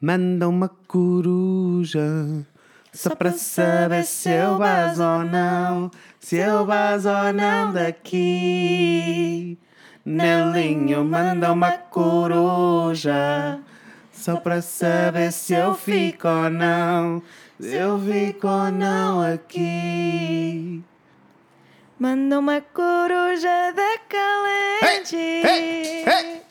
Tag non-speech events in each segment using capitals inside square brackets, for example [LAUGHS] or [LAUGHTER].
Manda uma coruja só, para saber se eu vazo ou não, se eu vazo ou não daqui. Nelinho manda uma coruja só para saber se eu fico ou não, se eu fico ou não aqui. Manda uma coruja da Calente.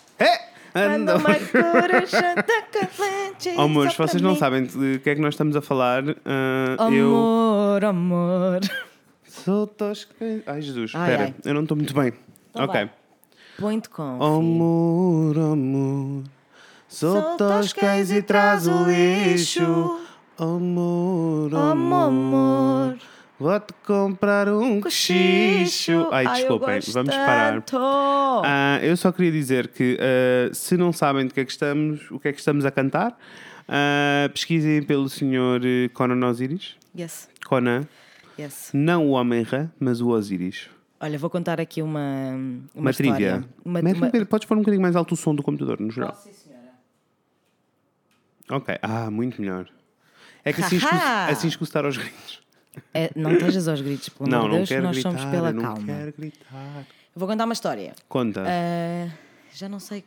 Manda uma [LAUGHS] coruja da Calente. Oh, amores, só pra vocês não mim. sabem de que é que nós estamos a falar. ah, eu. Amor, amor. Sou tosca. Ai, Jesus, Ai, espera, ai. eu não estou muito bem. Então ok. vá. Põe-te com. Oh, filho. Amor, amor, sou Sou toscas e traz o lixo. Amor, Oh, meu amor, amor. vou-te comprar um cochicho. Ai, desculpem, vamos parar. parar. Ah, eu só queria dizer que ah, se não sabem do que é que estamos, o que é que estamos a cantar, ah, pesquisem pelo senhor eh, Conan Osiris. Yes, Conan, yes. não o Homem-Rã, mas o Osiris. Olha, vou contar aqui uma. Uma, Uma, história. trivia. Uma, Mete- uma... mete- Podes pôr um bocadinho mais alto o som do computador, no geral. Ok. Ah, muito melhor. É que assim, escu- Haha! assim escutar aos gritos. É, não estejas aos gritos, pelo não, amor de não Oh, Deus, quero nós gritar. somos pela eu não calma. quero gritar. Vou contar uma história. Conta. Ah, já não sei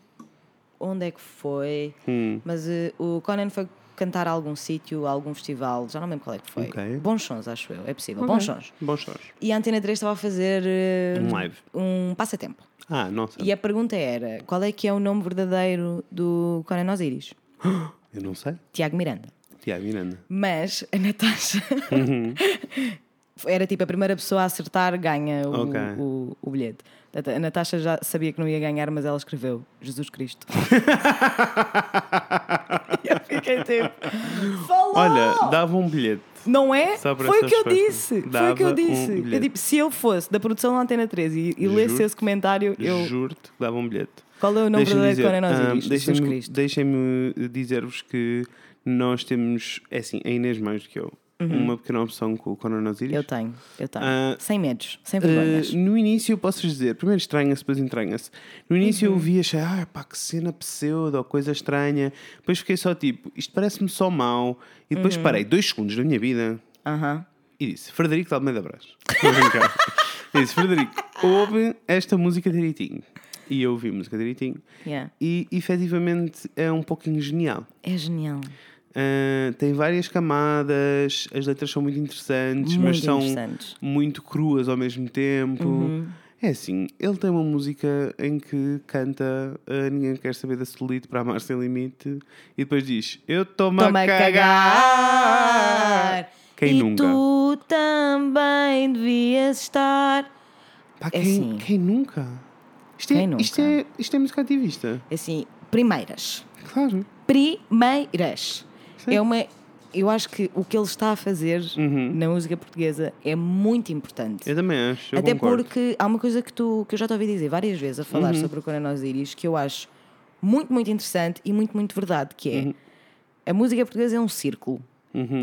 onde é que foi, Hum. mas eh, o Conan foi cantar a algum sítio, a algum festival, já não me lembro qual é que foi. Ok. Bons sons, acho eu, é possível. Bons sons. Bons sons. E a Antena 3 estava a fazer eh, Um live. um passatempo. Ah, nossa. E a pergunta era: qual é que é o nome verdadeiro do Conan Osiris? [GASPS] Eu não sei. Tiago Miranda. Tiago Miranda. Mas a Natasha Uhum. era tipo a primeira pessoa a acertar ganha o, Ok. o, o bilhete. Portanto, A Natasha já sabia que não ia ganhar, mas ela escreveu [LAUGHS] Jesus Cristo. e eu fiquei tipo, falou! Olha, dava um bilhete. não é? só para Foi o essas que eu pessoas. disse. Foi Dava o que eu um disse. eu, bilhete. tipo, se eu fosse da produção da Antena 13 e, e lesse Juro-te. esse comentário, eu. Juro-te que dava um bilhete. Qual é o nome Deixem-me verdadeiro de Conan dizer, Osiris? ah, Jesus deixem-me- Cristo. Deixem-me dizer-vos que nós temos, é assim, a Inês mais do que eu, uma pequena opção com o Conan Osiris. Uhum. Eu tenho, eu tenho. Ah, sem medos, sem vergonhas. Uh, no início, posso dizer, primeiro estranha-se, depois entranha-se. No início eu vi e achei, ah, pá, que cena pseudo, coisa estranha. Depois fiquei só tipo, isto parece-me só mau. E depois parei dois segundos da minha vida Aham. e disse, Frederico de Almeida Brás. Estou a brincar. Eu disse, Frederico, ouve esta música direitinho. E eu ouvi a música direitinho. Yeah. E efetivamente é um pouquinho genial. É genial. Uh, tem várias camadas, as letras são muito interessantes, mas Muito são interessantes. muito cruas ao mesmo tempo. Uhum. É assim, ele tem uma música em que canta uh, Ninguém Quer Saber da Solito para Amar Sem Limite e depois diz Eu estou-me a, Toma a cagar. cagar. Quem e nunca? Tu também devias estar. Pá, quem, assim. quem nunca? Isto é, Quem nunca? Isto, é, isto é música ativista, Assim, primeiras. claro. Primeiras. Sim. Uhum. É uma. Eu acho que o que ele está a fazer na música portuguesa é muito importante. Eu também acho. eu Até concordo. Uhum. porque há uma coisa que, tu, que eu já te ouvi dizer várias vezes a falar sobre o Conan Osiris que eu acho muito, muito interessante e muito, muito verdade, que Uhum. é a música portuguesa é um círculo.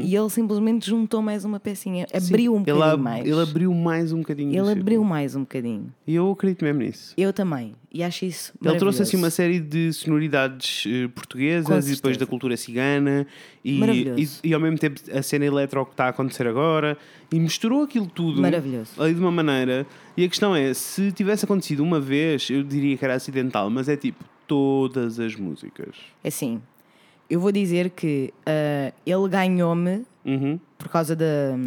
E ele simplesmente juntou mais uma pecinha, abriu um ele, bocadinho ab- mais. ele abriu mais um bocadinho. do Ele círculo. abriu mais um bocadinho. E eu acredito mesmo nisso. Eu também. E acho isso Ele trouxe assim uma maravilhoso. série de sonoridades eh, Com portuguesas e depois certeza. da cultura cigana e, e, Maravilhoso. e ao mesmo tempo a cena eletro que está a acontecer agora e misturou aquilo tudo Maravilhoso. ali de uma maneira. E a questão é: se tivesse acontecido uma vez, eu diria que era acidental, mas é tipo todas as músicas. Assim, eu vou dizer que ah, ele ganhou-me Uhum. por causa da...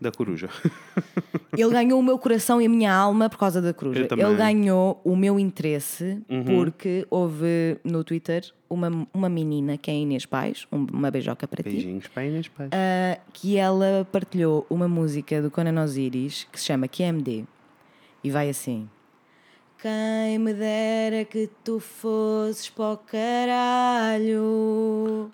Da [LAUGHS] coruja. Ele ganhou o meu coração e a minha alma por causa da cruz. Eu também. Uhum. Ele ganhou o meu interesse porque houve no Twitter uma, uma menina que é a Inês Pais, um- uma beijoca para ti, Beijinhos, pai, Inês, pai. ah, que ela partilhou uma música do Conan Osiris que se chama QMD e vai assim. Quem me dera que tu fosses para o caralho.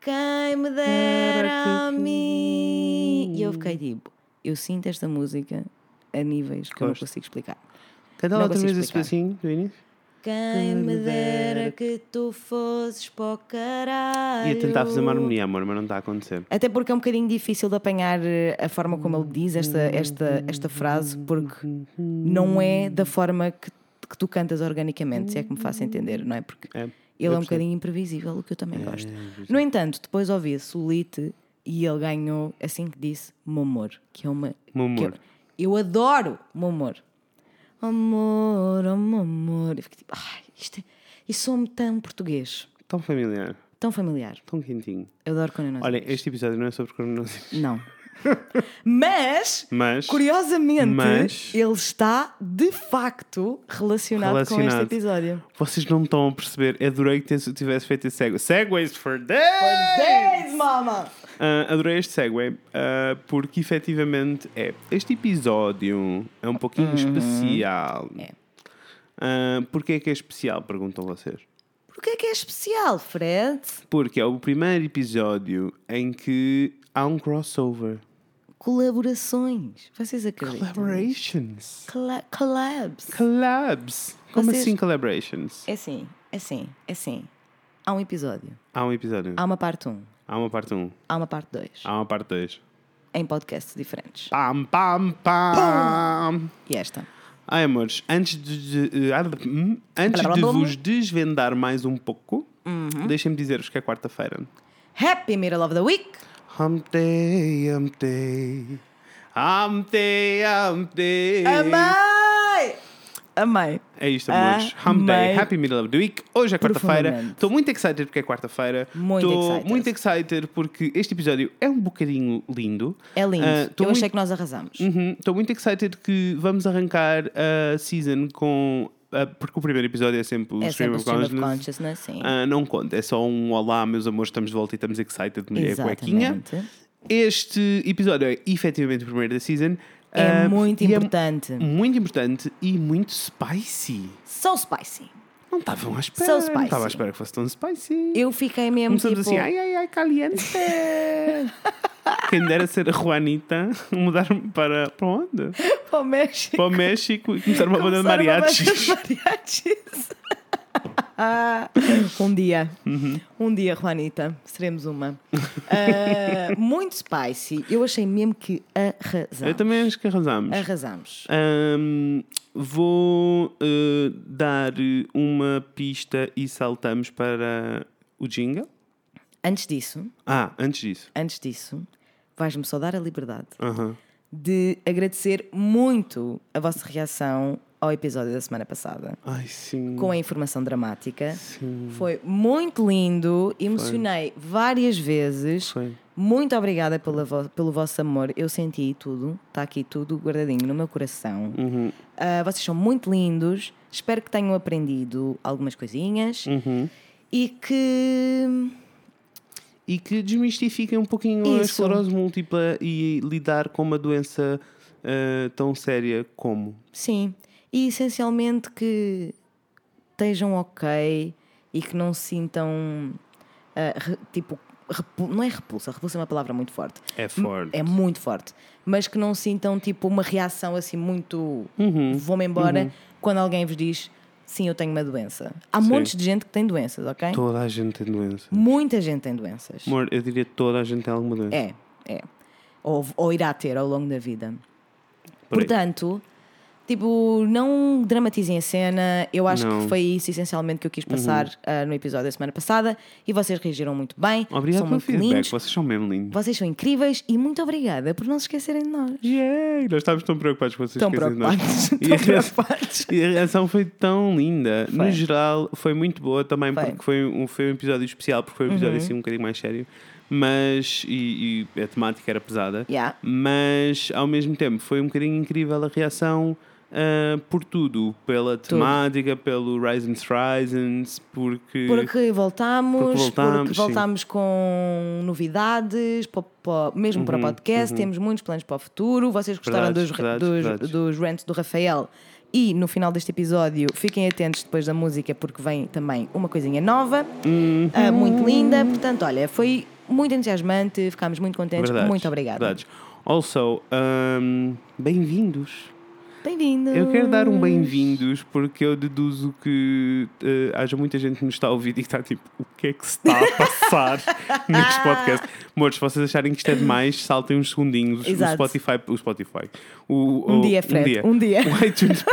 Quem me dera a mim. E eu fiquei tipo, eu sinto esta música a níveis que eu não Gosto. consigo explicar. Canta não lá outra consigo vez esse explicar. pedacinho do início. Quem me dera que tu fosses para o caralho. Ia tentar fazer uma harmonia, amor, mas não está a acontecer. Até porque é um bocadinho difícil de apanhar eh, a forma como ele diz esta, esta, esta frase, porque não é da forma que, que tu cantas organicamente, se é que me faço entender, não é? Porque É. Ele é um bocadinho imprevisível, o que eu também gosto. No entanto, depois ouvi a Solite e ele ganhou, assim que disse, Momor, que é uma. Momor. que eu, eu adoro Momor. Amor, amor, amor. Eu fico tipo, ai, isto, é- isto soa-me tão português, Tão familiar, tão familiar. tão quentinho. Eu adoro quando eu não. Olha, este episódio não é sobre coronavírus, Não. [LAUGHS] Mas, mas curiosamente, Mas- ele está de facto relacionado, com este Relacionado. episódio. vocês não estão a perceber. Adorei que tivesse- tivesse feito esse segue. Segways for days! mama! Ah, adorei este segue, ah, porque efetivamente é. Este episódio é um pouquinho especial. É. Ah, Porquê é que é especial? Perguntam vocês. Porquê é que é especial, Fred? Porque é o primeiro episódio em que há um crossover. Colaborações. Vocês acreditam? Collaborations. Colla- collabs. Collabs. Como Vocês- assim collaborations? É assim, é assim, é assim. Há um episódio. Há um episódio. Há uma parte 1. Há uma parte 1. Há uma parte 2. Há uma parte 2. Em podcasts diferentes. Pam, pam, pam. E esta? Ai, amores, antes de, de- ah, hum, antes de vos desvendar mais um pouco, Uhum. deixem-me dizer-vos que é quarta-feira. Happy Middle of the Week! Hump day, hump day. Hump day, hump day. Amei! Amei. É isto, amores. Hump Day, Amei. Happy Middle of the Week. Hoje é quarta-feira. Ah, Profundamente. Estou muito excited porque é quarta-feira. Muito Estou excited. muito excited porque este episódio é um bocadinho lindo. É lindo. Ah, Eu Estou achei que nós arrasamos. muito, Uhum. Estou muito excited que vamos arrancar a season com. ah, porque o primeiro episódio é sempre o É Stream sempre o of stream of Consciousness. consciousness, sim. Ah, não conta, é só um olá, meus amores, estamos de volta e estamos excited de é mulher cuequinha. Exatamente. Este episódio é efetivamente o primeiro da season. É Ah, muito e importante. É muito importante e muito spicy. So spicy. Não estavam à espera. So Não spicy. estava à espera que fosse tão spicy. Eu fiquei mesmo Começamos tipo... assim, ai, ai, ai, caliente. Quem dera ser a Juanita, [LAUGHS] mudar para, para onde? [LAUGHS] Pô, mexe. Para o México e começar uma banda de Começaram a mariachis. banda de [LAUGHS] mariachis. um dia, Uhum. um dia, Juanita, seremos uma. Ah, [LAUGHS] muito spicy. Eu achei mesmo que Eu arrasamos. também acho que arrasamos. É. Arrasamos. Ahm, vou eh, dar uma pista e saltamos para o jingle. Antes disso, Ah, antes disso. antes disso, vais-me só dar a liberdade Aham. de agradecer muito a vossa reação ao episódio da semana passada. Ai, sim. Com a informação dramática. Foi muito lindo, emocionei várias vezes. Foi. Muito obrigada pela vo- pelo vosso amor. Eu senti tudo, está aqui tudo guardadinho no meu coração. Uhum, Ah, vocês são muito lindos. Espero que tenham aprendido algumas coisinhas uhum. e que E que desmistifiquem um pouquinho a Isso. esclerose múltipla e lidar com uma doença eh, tão séria como. sim. E essencialmente que estejam ok e que não se sintam ah, re- tipo repu- não é repulsa, repulsa é uma palavra muito forte. É forte. É muito forte. Mas que não sintam tipo uma reação assim muito vou-me embora quando alguém vos diz sim, eu tenho uma doença. Há montes de gente que tem doenças, ok? Toda a gente tem doença. Muita gente tem doenças. Amor, eu diria que toda a gente tem alguma doença. É, é. Ou, ou irá ter ao longo da vida. Por aí. Portanto, tipo, não dramatizem a cena. Eu acho Não. Uhum. que foi isso essencialmente que eu quis passar ah, no episódio da semana passada e vocês reagiram muito bem. Obrigado são pelo muito feedback, lindos. vocês são mesmo lindos. Vocês são incríveis e muito obrigada por não se esquecerem de nós. Yeah, nós estávamos tão preocupados com vocês Estão esquecerem de nós. preocupados. E a Estão reação- preocupados. [LAUGHS] E a reação foi tão linda. No Foi. geral, foi muito boa também, Foi. Uhum. porque foi um, foi um episódio especial, porque foi um episódio assim um bocadinho mais sério. Mas. E, e a temática era pesada. Yeah. Mas, ao mesmo tempo, foi um bocadinho incrível a reação ah, por tudo. Pela temática, pelo Rise and Thrisons, porque. Porque voltámos, Porque porque voltámos, voltámos, sim. com novidades, po- po- mesmo para o podcast, temos muitos planos para o futuro. Vocês gostaram Uhum, Verdades, dos, verdades, dos, verdades. dos rants do Rafael? E no final deste episódio, fiquem atentos depois da música, porque vem também uma coisinha nova, Uhum. ah, muito linda. Portanto, olha, foi muito entusiasmante, ficámos muito contentes. Verdades, muito obrigada. verdades. Also, ahm, bem-vindos. Bem-vindo. Eu quero dar um bem-vindos porque eu deduzo que eh, haja muita gente que nos está a ouvir e que está tipo, o que é que se está a [LAUGHS] passar neste podcast? Amores, se vocês acharem que isto é demais, saltem uns segundinhos. O Exato. Spotify. O Spotify. O, Um o- dia, Fred, [LAUGHS] um dia. Uhum. O iTunes,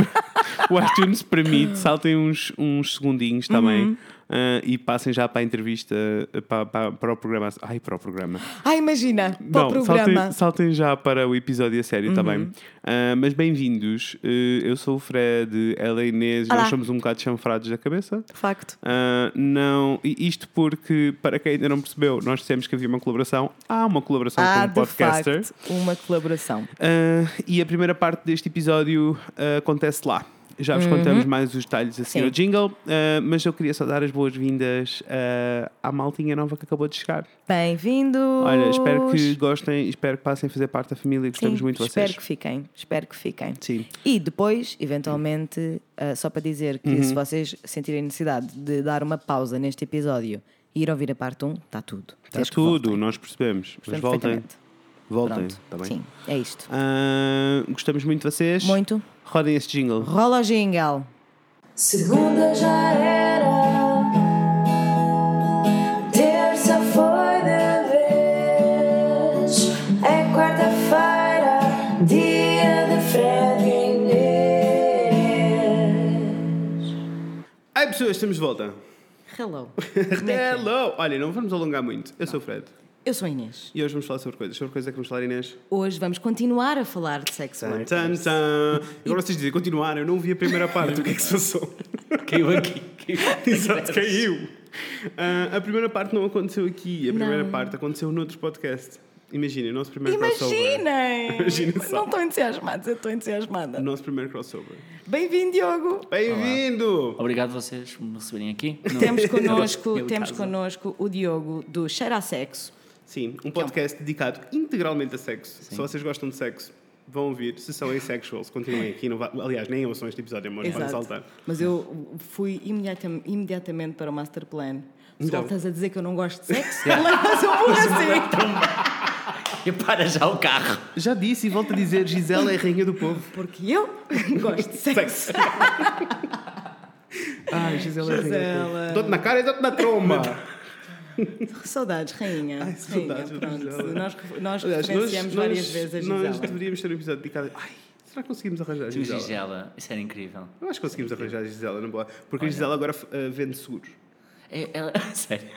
o iTunes permite, saltem uns, uns segundinhos também. ah, e passem já para a entrevista, ah, para, para, para o programa. Ai, para o programa. Ah, imagina, para o programa. Saltem, Uhum. saltem já para o episódio a sério, está bem? Ah, mas bem-vindos. Eh, eu sou o Fred, ela é a Inês, Olá. nós somos um bocado chanfrados da cabeça. Facto. Ah, não, e isto porque, para quem ainda não percebeu, nós dissemos que havia uma colaboração. Há uma colaboração Há, com um Ah, de podcaster. facto, uma colaboração. Ah, e a primeira parte deste episódio ah, acontece lá. Já vos contamos mais os detalhes assim Uhum. Sim. ao jingle, ah, mas eu queria só dar as boas-vindas ah, à maltinha nova que acabou de chegar. Bem-vindos! Olha, espero que gostem, espero que passem a fazer parte da família, gostamos Sim, muito de Espero vocês. que fiquem, espero que fiquem. Sim. E depois, eventualmente, ah, só para dizer que Uhum. se vocês sentirem necessidade de dar uma pausa neste episódio e ir ouvir a parte 1, está tudo. Está Tá tudo, nós percebemos. Mas voltem, Perfeitamente. voltem, Pronto. está bem? Sim, é isto. Ah, gostamos muito de vocês. Muito. Rodem esse jingle. Rola o jingle. Segunda já era, terça foi de vez, é quarta-feira, dia de Fred e Inês. Ai pessoas, estamos de volta. [LAUGHS] Hello. é Hello! Olha, não vamos alongar muito. Eu sou o Fred Eu sou a Inês. e hoje vamos falar sobre coisas. Sobre coisas é que vamos falar, Inês. Hoje vamos continuar a falar de sexo é? work. Tan, tan. Agora vocês dizem, continuar, eu não vi a primeira parte, o que é que se passou? Caiu aqui. caiu. [LAUGHS] Exato, caiu. Ah, a primeira parte não aconteceu aqui, a primeira Não. parte aconteceu noutro podcast. Imaginem, o nosso primeiro crossover. Imaginem! [LAUGHS] Imagina só. Não estou entusiasmada, eu estou O entusiasmada. nosso primeiro crossover. Bem-vindo, Diogo! Bem-vindo! Obrigado a vocês por me receberem aqui. [LAUGHS] No- [LAUGHS] Temos Meu- connosco, meu temos casa. connosco o Diogo do Cheira a Sexo. Sim, um podcast dedicado integralmente a sexo. Se vocês gostam de sexo, vão ouvir. Se são asexuals, continuem aqui. Não vá- Aliás, nem ouçam este episódio, amor, podem saltar. Mas eu fui imediatam- imediatamente para o Master Plan. Se Então. voltas a dizer que eu [LAUGHS] não gosto de sexo, levas um burro assim. E para já o carro. Já disse e volto a dizer, Gisela é a rainha do povo. Porque eu [LAUGHS] gosto de sexo. Ai, Gisela é a rainha do Gisela. povo. Dou-te na cara e dou-te na tromba. Saudades, rainha. Ai, saudades rainha, pronto. da Gisela. Nós, [LAUGHS] nós Aliás, referenciamos várias vezes a Gisela. Nós deveríamos ter um episódio dedicado. Ai, será que conseguimos arranjar a Tu, Gisela? Gisela, isso era incrível. Eu acho que conseguimos arranjar a Gisela, não boa. Porque a Gisela agora eh, vende seguros. É- [LAUGHS] ela- sério.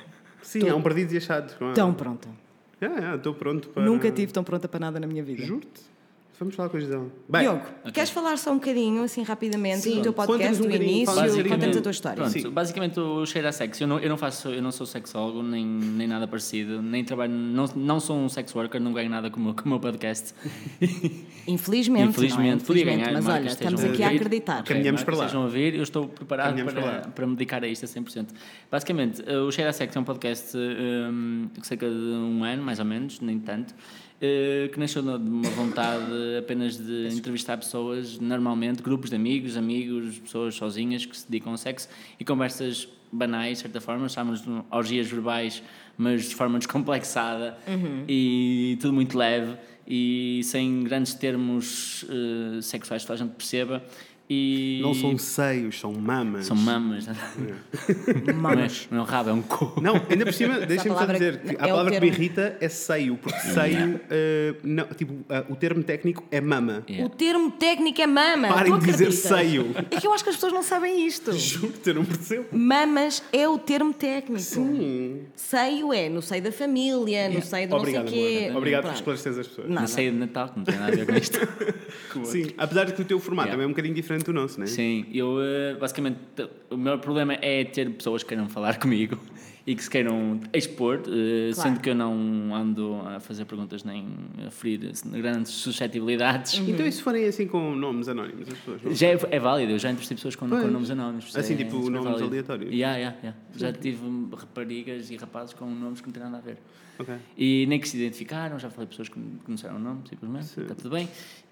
Sim, há um perdido e achados. não há? Tão pronta. É, é, estou pronto para. Nunca estive tão pronta para nada na minha vida. Juro-te. Vamos falar com a Gisela. Bem, Diogo, queres falar só um bocadinho, assim rapidamente, do teu Conta-nos podcast, um do bocadinho, início, fala um bocadinho. conta-nos a tua história. Pronto, Sim. basicamente o cheiro a sexo. Eu não, eu não faço, eu não sou sexólogo, nem, nem nada parecido, nem trabalho, não, não sou um sex worker, não ganho nada com o meu, com o meu podcast. Infelizmente, Infelizmente, não é? podia ganhar, mas marcas olha, estejam estamos a aqui a ouvir. acreditar. Ok. Caminhamos Marcos, para lá. Estejam a ouvir, eu estou preparado Caminhamos para, para lá. para, me dedicar a isto a 100%. Basicamente, eh, o Cheira a Sexo é um podcast hum, de cerca de um ano, mais ou menos, nem tanto, eh, que nasceu de uma vontade apenas de entrevistar pessoas, normalmente, grupos de amigos, amigos, pessoas sozinhas que se dedicam ao sexo e conversas banais, de certa forma, chamamos de orgias verbais, mas de forma [LAUGHS] descomplexada e tudo muito leve e sem grandes termos eh, sexuais que toda a gente perceba. E não um são seios, são mamas. são mamas. Mamas. Não é um rabo, é um cu. Não, ainda por [LAUGHS] cima, deixem-me só palavra dizer que- que um é a o palavra que me termo. irrita é seio, porque seio, eh, não, tipo, ah, o termo técnico é mama. O termo técnico é mama. Parem tu de dizer acreditas? seio. [LAUGHS] É que eu acho que as pessoas não sabem isto. Juro-te, eu não percebo. Mamas é o termo técnico. Sim. Seio é no seio da família, no seio do Obrigado, não sei quê. amor. Obrigado por Pronto. esclarecer as pessoas. Na Nada. ceia de Natal, que não tem nada a ver com [LAUGHS] isto. Sim, apesar de que o teu formato Yeah. também é um bocadinho diferente do nosso, não é? Sim, eu eh, basicamente t- o meu problema é ter pessoas que queiram falar comigo e que se queiram expor, eh, Claro. sendo que eu não ando a fazer perguntas nem a ferir grandes suscetibilidades. Uhum. Então, e se forem assim com nomes anónimos, as pessoas não. Já é, é válido, eu já entrevistei pessoas com, com Pois. nomes anónimos. Assim, é tipo, super nomes válido. aleatórios. Yeah, yeah, yeah. Já tive raparigas e rapazes com nomes que não têm nada a ver. Ok. E nem que se identificaram, já falei de pessoas que me conheceram o nome, simplesmente, está tudo bem.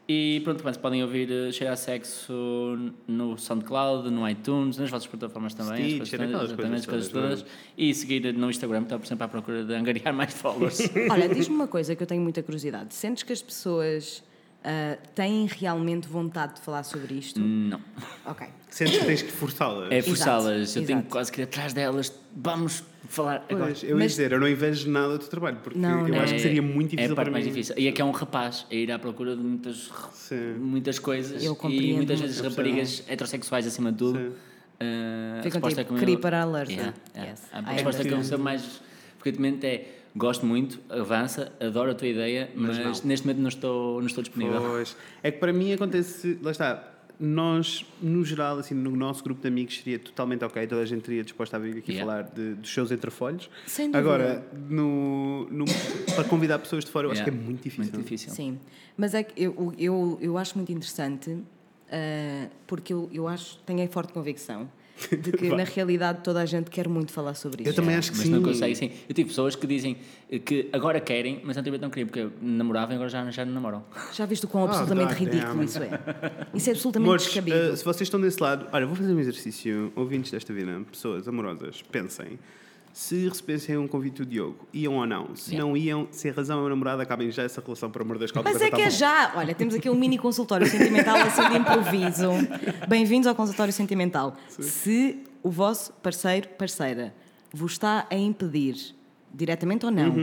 E pronto, mas podem ouvir eh, Cheira a Sexo no SoundCloud, no iTunes, nas vossas plataformas também, Sim, as coisas cheira todas, aquelas exatamente, as coisas coisas todas. E seguir no Instagram, estou por exemplo à procura de angariar [LAUGHS] mais followers. Olha, diz-me uma coisa que eu tenho muita curiosidade. Sentes que as pessoas ah, têm realmente vontade de falar sobre isto? Hum. Não. Ok. Sentes que tens que forçá-las. É forçá-las, eu tenho exato. quase que ir atrás delas, vamos falar agora. Pois, eu ia Mas- dizer, eu não invejo nada do teu trabalho, porque Não, eu não. acho que seria muito É difícil a parte para mais mim. difícil. E é que é um rapaz a ir à procura de muitas, Sim. muitas coisas Eu e compreendo muitas muito. vezes raparigas heterossexuais acima de tudo eh, a Fica resposta tipo, que eu- queria parar alerta. Yeah, yeah. Yes, A I resposta é que eu understand. recebo mais frequentemente é gosto muito, avança, adoro a tua ideia, mas, não. neste momento não estou, não estou disponível. Pois. É que para mim acontece. Lá está. Nós, no geral, assim, no nosso grupo de amigos, seria totalmente ok. Toda a gente teria disposta a vir aqui Yeah. falar de- dos seus entrefolhos. Sem dúvida. Agora, no, no- para convidar pessoas de fora, eu acho Yeah. que é muito difícil. [LAUGHS] Muito difícil. Sim, mas é que eu, eu, eu acho muito interessante ah, porque eu, eu acho, tenho a forte convicção [LAUGHS] de que na realidade toda a gente quer muito falar sobre Eu isso. também acho que mas sim. não consegue, sim. Eu tive pessoas que dizem eh, que agora querem, mas antigamente não queriam, porque namoravam e agora já, já não namoram. Já viste o quão absolutamente God ridículo damn. isso é? Isso é absolutamente Amores, descabido. Ah, eh, se vocês estão desse lado, olha, vou fazer um exercício. Ouvintes desta vida, pessoas amorosas, pensem. Se recebessem um convite do Diogo, iam ou não? Se não iam, se a razão é o namorado, acabem já essa relação, por amor das copas. Mas é que é já. Olha, temos aqui um mini consultório sentimental assim de improviso. Bem-vindos ao consultório sentimental. Se o vosso parceiro, parceira, vos está a impedir, diretamente ou não, de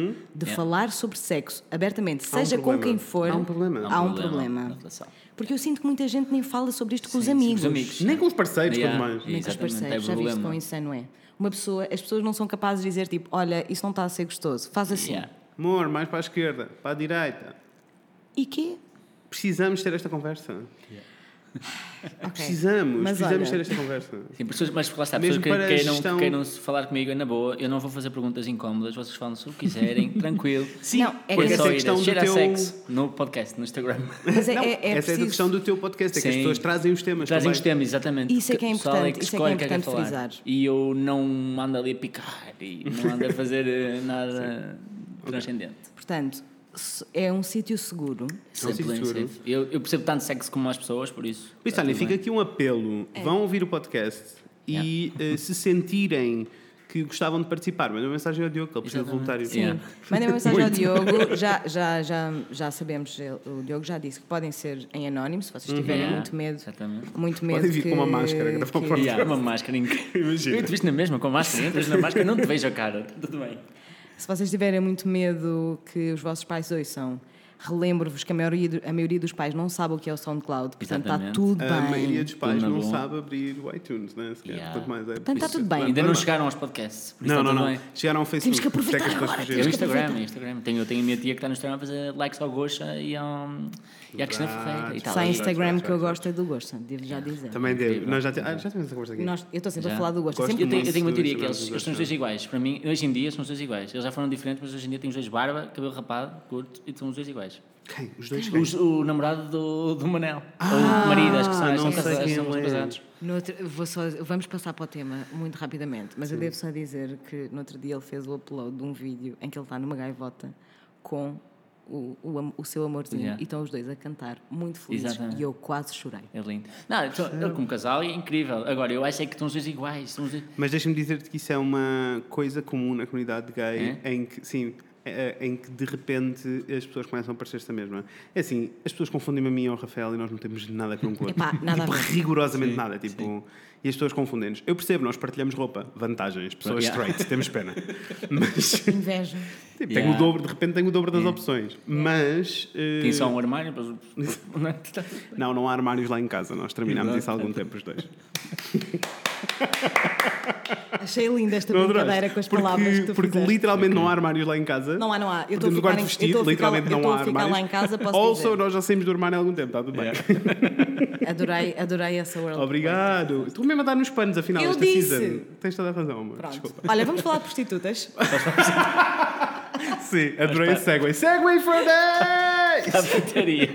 Yeah. falar sobre sexo abertamente, Uhum. um seja com problema. quem for, Há um problema. Há um na problema. relação. Porque eu sinto que muita gente nem fala sobre isto com os Sim, sim, com amigos. os amigos. Nem com os parceiros, Yeah, quanto mais. Nem com os exatamente, parceiros, é já viste problema. com isso, é, não é? Uma pessoa, as pessoas não são capazes de dizer tipo, olha, isso não está a ser gostoso, faz assim. Yeah. Amor, mais para a esquerda, para a direita. E quê? Precisamos ter esta conversa. Ok. Ah, Precisamos, É. Mas precisamos olha- ter esta conversa. Sim, pessoas, mas lá está, Mesmo pessoas que para a queiram, gestão- queiram se falar comigo é na boa, eu não vou fazer perguntas incómodas, vocês falam se o que [LAUGHS] quiserem, tranquilo. Sim, Não, é Porque que- é essa só é a ir questão a do cheira teu... sexo no podcast, no Instagram. Mas é, Não, é, é essa é a preciso- questão do teu podcast, é que as Sim. pessoas trazem os temas Trazem os também. temas, exatamente. Isso é que é O pessoal importante, isso é que é escolhe o quer importante falar. frisar. E eu não ando ali a picar e não ando a fazer eh, nada transcendente. Portanto, se- é um sítio seguro. Não Sempre sinto bem, safe. Eu, eu percebo tanto sexo como as pessoas, por isso. Por isso, tá olha, tudo fica bem. aqui um apelo. É. Vão ouvir o podcast e eh, se sentirem que gostavam de participar, mandem uma mensagem ao Diogo, que ele precisa de voluntários. Sim. Yeah. Mandem uma mensagem ao Diogo, já, já, já, já sabemos, ele- o Diogo já disse que podem ser em anónimo, se vocês tiverem Yeah, muito medo. É, Exatamente. Muito medo. Podem vir que, com uma máscara, gravar um que- é podcast. Yeah, uma máscara incrível. Imagina. Eu te viste na mesma com máscara, entras na máscara, não te vejo a cara. Tudo bem. Se vocês tiverem muito medo que os vossos pais ouçam, relembro-vos que a maioria, do- a maioria dos pais não sabe o que é o SoundCloud, portanto está Exatamente. tudo bem. A maioria dos pais Tudo na não boa. sabe abrir o iTunes, né? sequer. Yeah. Quanto mais é. Portanto, está Isso, Tá tudo bem. vai- Ainda vai não lá. chegaram aos podcasts. Por isso Não, tá não, tudo não. bem. Chegaram ao Facebook. que aproveitar Até as pessoas agora, fugiram. Eu Instagram, Instagram. Tenho, tenho a minha tia que está no Instagram a fazer likes ao Goxa e, ao, e à Cristina Right. Ferreira. E Vai, Sem tal. E- vai, Instagram vai, que eu vai. gosto é do gosto, devo já dizer. Também devo. Incrível. Nós já, te... ah, já tivemos essa conversa aqui. Nós, eu estou sempre a Já. falar do gosto. Gosto sempre Eu tenho, eu tenho uma Nossa, teoria que dois eles, irmãos, eles são dois os dois iguais. Para mim, hoje em dia, são os dois iguais. Eles já foram diferentes, mas hoje em dia têm os dois barba, cabelo rapado, curto e são os dois iguais. Quem? Os dois? Os- o namorado do, do Manel. Ou o marido, acho que são, Ah, não são sei casados. quem São é. casados. No outro- eu vou só- vamos passar para o tema muito rapidamente, mas eu devo só dizer que no outro dia ele fez o upload de um vídeo em que ele está numa gaivota com o, o, am- o seu amorzinho Yeah. e estão os dois a cantar muito felizes Exatamente. e eu quase chorei. É lindo. Não, então, ele como casal é incrível. Agora, eu acho é que estão os dois iguais. São os dois... Mas deixa-me dizer-te que isso é uma coisa comum na comunidade gay, É? em que, sim, eh, em que de repente as pessoas começam a parecer-se a mesma. É assim, as pessoas confundem-me a mim e ao Rafael e nós não temos nada que um com o outro. [LAUGHS] Epá, nada a tipo, ver. rigorosamente nada. Tipo, E as pessoas confundem-nos. Eu percebo, nós partilhamos roupa, vantagens, pessoas Yeah. [LAUGHS] straight, temos pena. Mas Inveja. tipo, tenho Yeah. o dobro, de repente tenho o dobro das opções. Mas. eh, Tem só um armário. Depois... [LAUGHS] é? [LAUGHS] Não, não há armários lá em casa, nós terminámos Exato. isso há algum tempo os dois. Achei linda esta Não adoraste? brincadeira com as porque, palavras que tu Porque fizeste. literalmente não há armários lá em casa. Não há, não há. Eu estou a Temos o ficar, em, quarto eu vestido, estou a ficar, lá- eu literalmente estou não a há ficar armários. lá em casa, posso Also, dizer. nós já saímos do armário há algum tempo, está tudo bem. Adorei, adorei essa world. Obrigado. Tu mesmo a dar nos panos, afinal, Eu esta disse. season. Tens toda a razão, amor. Pronto. Desculpa. Olha, vamos falar de prostitutas. Sim, adorei esse segue. Segue for days! [LAUGHS] Cafetaria.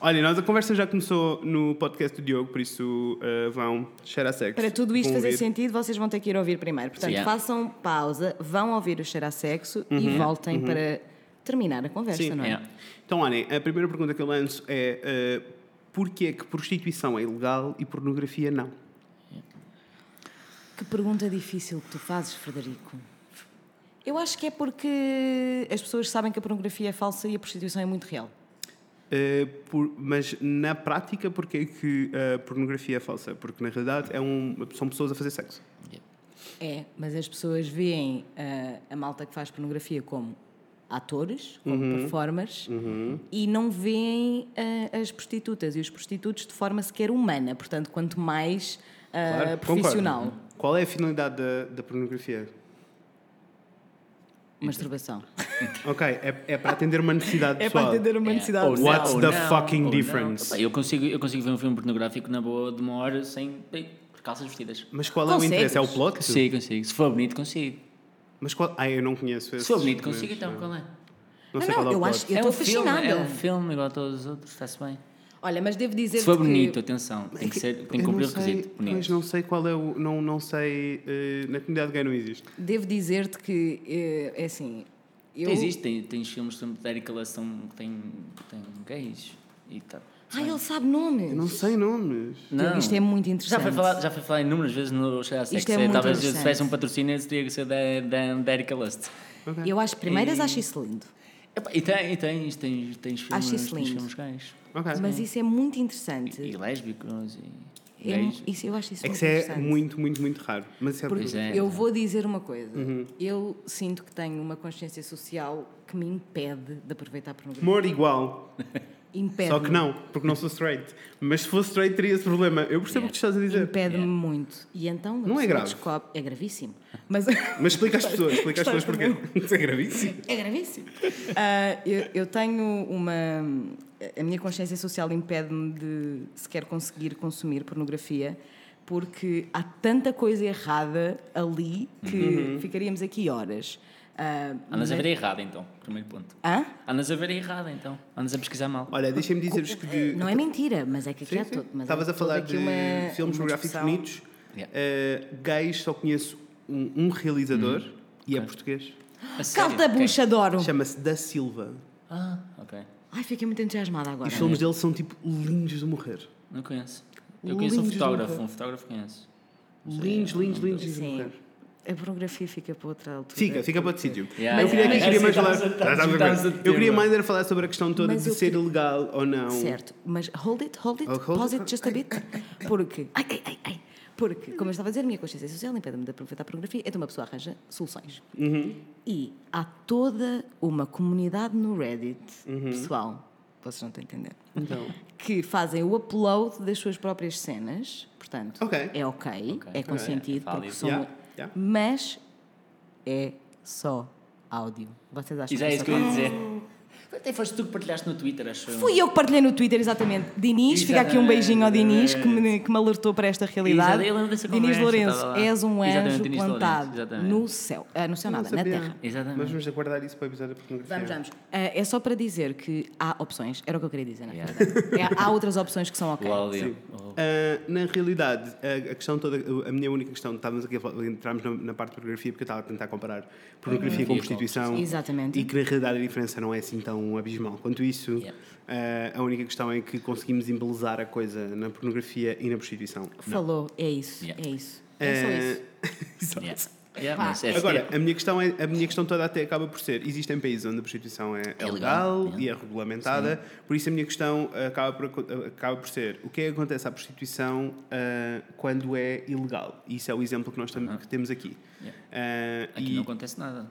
Olha, nós a conversa já começou no podcast do Diogo, por isso uh, vão cheirar a sexo. Para tudo isto Vão fazer ouvir. sentido, vocês vão ter que ir ouvir primeiro. Portanto, Yeah. façam pausa, vão ouvir o cheiro a sexo e voltem para terminar a conversa, Sim, não é? yeah. Então, olhem, a primeira pergunta que eu lanço é: uh, porquê é que prostituição é ilegal e pornografia não? Que pergunta difícil que tu fazes, Frederico. Eu acho que é porque as pessoas sabem que a pornografia é falsa e a prostituição é muito real. Uh, por- mas na prática, porquê é que a pornografia é falsa? Porque na realidade é um- são pessoas a fazer sexo. É, mas as pessoas veem ah, a malta que faz pornografia como atores, como Uhum. performers, e não veem ah, as prostitutas e os prostitutos de forma sequer humana. Portanto, quanto mais ah, Claro, profissional. concordo. Qual é a finalidade da, da pornografia? Masturbação. Ok, é, é para atender uma necessidade [LAUGHS] É pessoal. para atender uma necessidade Ou pessoal. What's Ou the não, fucking ou não. difference? Opa, Eu consigo, eu consigo ver um filme pornográfico na boa de uma hora sem bem, calças vestidas. Mas qual é o Consegues? interesse? É o plot? Consigo, consigo. Se for bonito, consigo. Mas qual... Ah, eu não conheço esse. Se for bonito, consigo, então qual é? Não Não, sei não, qual é o eu plot. acho que- Eu é tô um fascinada. filme, é um filme igual a todos os outros, está-se bem. Olha, mas devo dizer Se for que... bonito, atenção, tem que, ser, tem que Eu cumprir o não sei- requisito. Bonito. Mas não sei qual é o... Não, não sei... eh, na comunidade gay não existe. Devo dizer-te que, eh, é assim... Eu... Existem tens filmes sobre Erika Lação que têm, têm gays e tal. Ah, ele sabe nomes. Eu não sei nomes. Diogo, isto é muito interessante. Já foi falado, já foi falado inúmeras vezes no Cheira Isto é Sexo. muito Talvez se interessante. tivesse um patrocínio, isso teria que ser da, da, da Erika Lust. Eu acho primeiras E- acho isso lindo. Epá, E tem, e tens, tens, tens filmes, Acho isso tens lindo. filmes gays. Ok. Mas isso é muito interessante. E lésbicos e É mu- gays. isso, eu acho isso É que muito isso é interessante. muito, muito, muito raro. Mas isso é... Uhum. Pois é. Eu vou dizer uma coisa. Eu sinto que tenho uma consciência social que me impede de aproveitar a pornografia. Amor igual. Impede. é? Só que não, porque não sou straight. Mas se fosse straight teria esse problema. Eu percebo É. o que tu estás a dizer. Impede-me muito. E então a Não é pessoa grave. descobre- É gravíssimo. Mas Mas explica às pessoas, explica às Gostei pessoas porquê. [LAUGHS] Isso é gravíssimo. [LAUGHS] é gravíssimo. Ah, eu, eu tenho uma. A minha consciência social impede-me de sequer conseguir consumir pornografia porque há tanta coisa errada ali que Uhum. ficaríamos aqui horas. Ah, Andas a ver errado, então. Primeiro ponto. hã? Andas a ver errado, então. Andas a pesquisar mal. Olha, deixem-me dizer-vos que. Não é mentira, mas é que aqui Sim, há sim. tudo. mas Estavas há a falar toda aqui de uma- filmes uma pornográficos discussão. bonitos. Yeah. Eh, gays, só conheço um, um realizador Hum. e é português. A sério? Calta a Ok. bucha, adoro! Chama-se Da Silva. Ah, ok. Ai, fiquei muito entusiasmada agora. Os filmes dele são tipo lindos de morrer. Não conheço. Eu conheço um Lindos fotógrafo, nunca. um fotógrafo conheço. Lindos, lindos, lindos de Sim. morrer. A pornografia fica para outra altura. Fica, fica para outro sítio. Yeah, eu queria, yeah, eu queria yeah. mais falar. Estamos a- estamos a- Estamos a- estamos a- Eu queria mais era falar sobre a questão toda Mas de eu ser que- legal ou não. Certo, mas hold it, hold it, Oh, hold pause it. it just a bit. Porque. Ai, ai, ai, ai. Porque, como eu estava a dizer, a minha consciência social impede-me de aproveitar a pornografia, então uma pessoa arranja soluções. Uhum. E há toda uma comunidade no Reddit, Uhum. pessoal, vocês não estão a entender, Então. que fazem o upload das suas próprias cenas, portanto, Ok. é ok, é consentido, É válido. porque são. Yeah, yeah. Mas é só áudio. Vocês acham Isso é é isso só que eu ia dizer. Até foste tu que partilhaste no Twitter, acho eu. Fui eu que partilhei no Twitter, exatamente. Dinis, fica aqui um beijinho ao Dinis que me, que me alertou para esta realidade. Exato, eu lembro dessa Dinis conversa, Lourenço, estava lá. és um Exatamente, anjo Dinis Lourenço, plantado exatamente. no céu. Ah, no céu Não nada, na sabia. terra. Exatamente. Mas vamos aguardar isso para o episódio da pornografia. Vamos, vamos. Ah, é só para dizer que há opções, era o que eu queria dizer, na Yeah. verdade. É, há outras opções que são ok. O áudio. Oh. Ah, na realidade, a, a questão toda, a minha única questão, estávamos aqui a falar, entramos na, na parte de pornografia porque eu estava a tentar comparar pornografia com Uhum. prostituição Exatamente. e que na realidade a diferença não é assim tão abismal quanto isso. Yeah. Ah, a única questão é que conseguimos embelezar a coisa na pornografia e na prostituição. Ah, Falou, é isso, Yeah. é isso. É só isso. só Yeah. Yeah, mas é- Agora, a minha, questão é, a minha questão toda até acaba por ser: existem países onde a prostituição é, é É legal legal, e é regulamentada, por isso a minha questão acaba por, acon- acaba por ser: o que é que acontece à prostituição ah, quando é ilegal? Isso é o exemplo que nós tam- que temos aqui. Ah, aqui e, não acontece nada.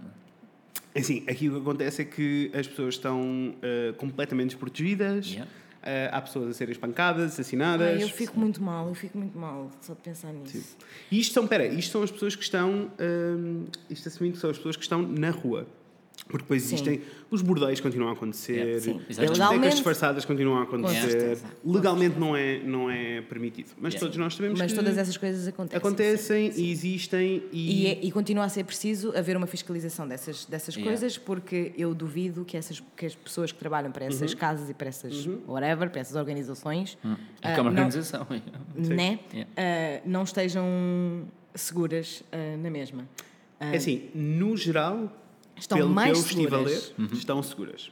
assim, aqui o que acontece é que as pessoas estão ah, completamente desprotegidas, Yeah. ah, há pessoas a serem espancadas, Ai, assassinadas. eu fico muito mal, eu fico muito mal só de pensar Tipo, nisso. E isto são, pera, isto são as pessoas que estão, hum, isto assumindo que são as pessoas que estão na rua. Porque depois existem, os bordéis continuam a acontecer, Yeah, É, sim. as Exatamente. discotecas Legalmente- disfarçadas continuam a Com acontecer, certeza, com legalmente não é, não é permitido. Mas Yeah. todos nós sabemos Mas que todas essas coisas acontecem. acontecem e existem e... E, é- e continua a ser preciso haver uma fiscalização dessas, dessas Yeah. coisas, porque eu duvido que, essas, que as pessoas que trabalham para essas Uhum. casas e para essas whatever, para essas organizações, ah, É como não, organização. né? Yeah. Ah, não estejam seguras ah, na mesma. É assim, no geral, Estão pelo mais que eu estive a ler, seguras. estão seguras.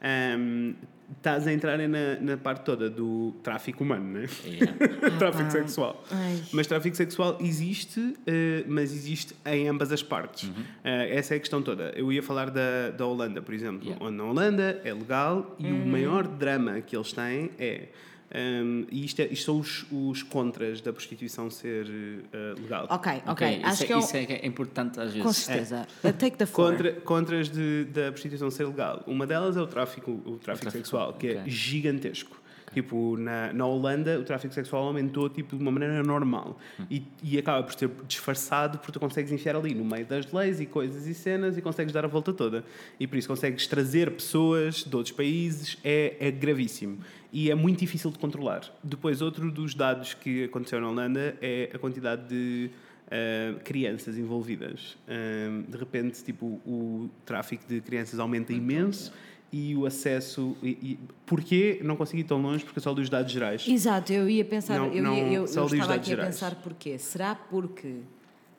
Ahm, estás a entrar na, na parte toda do tráfico humano, não é? [LAUGHS] tráfico pá. sexual. Ai. Mas tráfico sexual existe, eh, mas existe em ambas as partes. Eh, essa é a questão toda. Eu ia falar da, da Holanda, por exemplo. Yeah. Onde na Holanda é legal e o maior drama que eles têm é. ahm, e isto, é- isto são os, os contras da prostituição ser eh, legal. Ok, ok. Ok, isso, Acho é, que é um- isso é que é importante às Com vezes. certeza. A Take the floor. É. Contra, contras de- da prostituição ser legal. Uma delas é o tráfico, o tráfico sexual, que é ok. gigantesco. Tipo, na, na Holanda o tráfico sexual aumentou tipo, de uma maneira normal Hum. e, e acaba por ser disfarçado porque tu consegues enfiar ali no meio das leis e coisas e cenas e consegues dar a volta toda. E por isso consegues trazer pessoas de outros países, é, é gravíssimo. E é muito difícil de controlar. Depois, outro dos dados que aconteceu na Holanda é a quantidade de Uh, crianças envolvidas. Um, de repente, tipo, o tráfico de crianças aumenta imenso e o acesso. E, e, porquê não consegui ir tão longe? Porque só dos dados gerais. Exato, eu ia pensar, Não, eu, não, ia, eu, só eu li os estava dados aqui a gerais. pensar porquê. Será porque.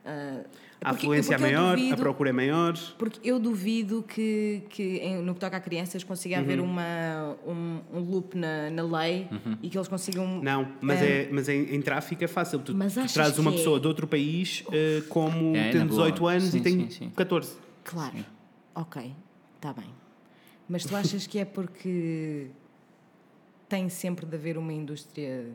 ah, A porque- afluência é porque eu maior, a duvido- procura é maior. Porque eu duvido que, que em- no que toca a crianças consiga haver Uhum. uma, um, um loop na, na lei e que eles consigam. Não, mas, é, mas em, em tráfico é fácil. Tu, Mas tu achas trazes uma que é? pessoa de outro país uh, como É, tem na boa. 18 anos Sim, e tem sim, sim. 14. Claro, ok, está bem. Mas tu achas que é porque tem sempre de haver uma indústria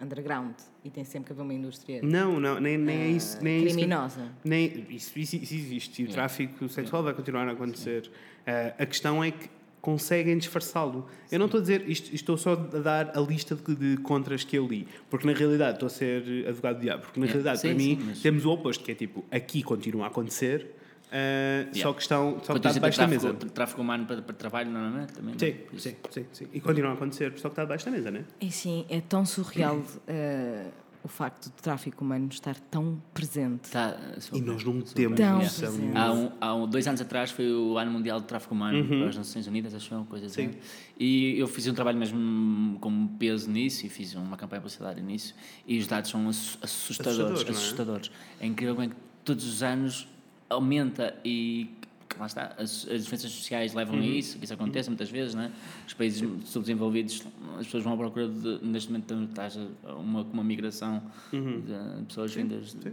underground e tem sempre que haver uma indústria Não, não, nem, nem é isso. Nem é isso que- criminosa? Nem, isso, isso- isso existe. E É. o tráfico sexual vai continuar a acontecer. Ah, a questão é que conseguem disfarçá-lo. Eu não estou a dizer, isto, estou só a dar a lista de, de contras que eu li, porque na realidade estou a ser advogado de diabo, porque na Yeah. realidade É. Sim, para sim, mim mas- temos o oposto, que é tipo, aqui continua a acontecer, ah, só que estão só que está Quando debaixo da tráfico, mesa. tra- tráfico humano para, para trabalho, normalmente também. não é? Sim, Por isso. sim, sim, sim. E continua a acontecer, só que está debaixo da mesa, não é? E sim, é tão surreal eh, o facto do tráfico humano estar tão presente. Tá, E sobre- nós não sobre- temos Tão noção. presente. Há, um- há um- dois anos atrás foi o ano mundial de tráfico humano Uhum. para as Nações Unidas, acho eu, coisa assim. E eu fiz um trabalho mesmo com peso nisso e fiz uma campanha publicitária nisso. E os dados são assu- assustadores. Assustadores, não é? assustadores. É incrível como é que todos os anos aumenta e que lá está, as, as diferenças sociais levam Uhum. a isso, que isso acontece muitas vezes, não é? Os países subdesenvolvidos, as pessoas vão à procura de, neste momento, estás a uma, uma migração de pessoas vindas de,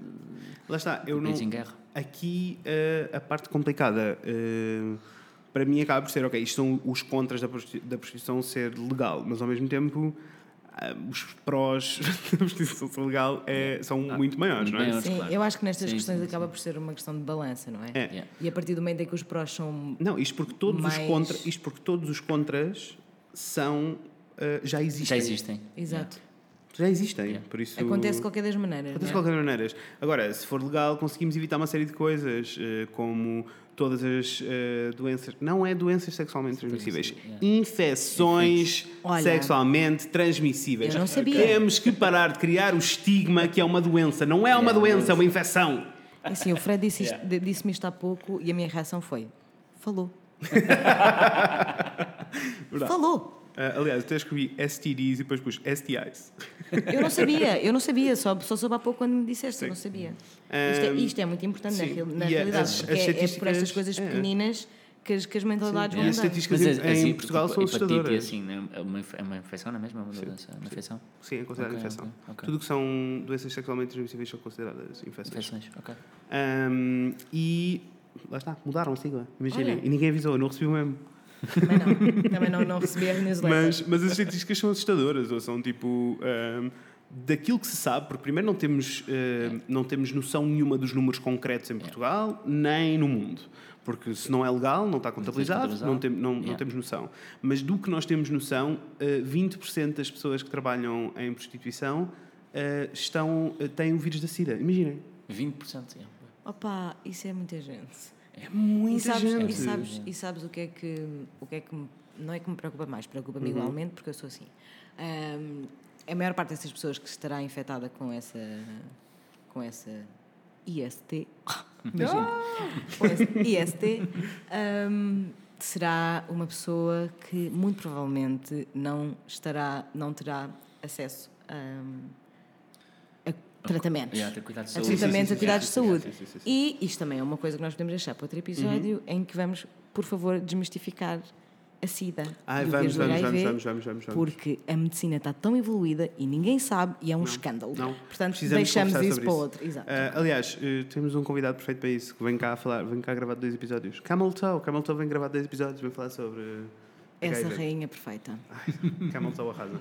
Lá está, Uhum. eu tipo de não, países em guerra. Aqui eh, a parte complicada eh, para mim acaba por ser, ok, isto são os contras da, prosti- da prostituição ser legal, mas ao mesmo tempo ah, os prós [LAUGHS] da prostituição ser legal eh, são muito maiores, não é? Ah, maiores. Sim, claro. eu acho que nestas Sim, questões sim, acaba por ser uma questão de balança, não é? É. Yeah. E a partir do momento em que os prós são. Não, isto porque todos os Mais- contra, isto porque todos os contras são eh, já existem. Já existem. Exato. Já existem, Yeah. por isso Acontece de qualquer das maneiras. Acontece Então, de não é? qualquer maneira. Agora, se for legal, conseguimos evitar uma série de coisas, eh, como todas as eh, doenças. Não é doenças sexualmente transmissíveis. é. Infecções Olha, sexualmente transmissíveis. eu não sabia. Temos que parar de criar o estigma que é uma doença. Não é uma doença, é uma infecção. Assim, o Fred disse isto- disse-me isto há pouco e a minha reação foi: [LAUGHS] falou. falou. Ah, aliás, até escrevi STDs e depois pus STIs. Eu não sabia, eu não sabia, só, só soube há pouco quando me disseste, eu não sabia. Isto, é, Ahm, isto é muito importante na, sim. real- na E a- realidade, as- porque as é- é, por estas estatísticas- coisas é. pequeninas que as, que as mentalidades E as vão mudar. estatísticas Mas em, assim, em Portugal tipo, são hepatite, assustadoras. assim, né? é, uma, inf- é uma infecção, não é mesmo? É uma doença, é uma infecção. Sim, é considerada Ok, infecção. ok, ok. Tudo o que são doenças sexualmente transmissíveis são consideradas infecções. Infecções, ok. Ahm, e lá está, mudaram a sigla. Imaginem, Olha. e ninguém avisou, eu não recebi o mesmo. Também não, também não, não recebi a newsletter. Mas, mas as estatísticas são assustadoras, ou são tipo. ahm, daquilo que se sabe, porque primeiro não temos, ahm, não temos noção nenhuma dos números concretos em Portugal, nem no mundo. Porque se não é legal, não está contabilizado, contabilizado. não, tem- não- não Yeah. temos noção. Mas do que nós temos noção, ah, 20% das pessoas que trabalham em prostituição ah, estão, ah, têm o vírus da SIDA. Imaginem. 20%. Yeah. Opa, isso é muita gente. É muita E sabes, gente. e sabes, e sabes o que é que, o que, é que me- não é que me preocupa mais, preocupa-me igualmente porque eu sou assim. Ahm, a maior parte dessas pessoas que estará infectada com essa com essa IST, [LAUGHS] imagina, com essa IST, ahm, será uma pessoa que muito provavelmente não estará, não terá acesso ahm, a, tratamentos. Yeah, ter cuidado de saúde. Absolutamente, sim, a sim, cuidados sim, de sim, saúde. sim, sim, sim, sim. E isto também é uma coisa que nós podemos deixar para outro episódio Uhum. em que vamos, por favor, desmistificar a SIDA. Ai, e o vamos, vírus do vamos, HIV, vamos, vamos, vamos, vamos, vamos. Porque a medicina está tão evoluída e ninguém sabe e é um escândalo. não. Portanto, Precisamos deixamos conversar isso sobre para isso. outro. Exato. Ah, aliás, eh, temos um convidado perfeito para isso, que vem cá falar, vem cá gravar dois episódios. Camel Toe, Camel Toe vem gravar dois episódios, vem falar sobre. eh, Essa HIV. rainha perfeita. Ah. [LAUGHS] Camel Toe arrasa.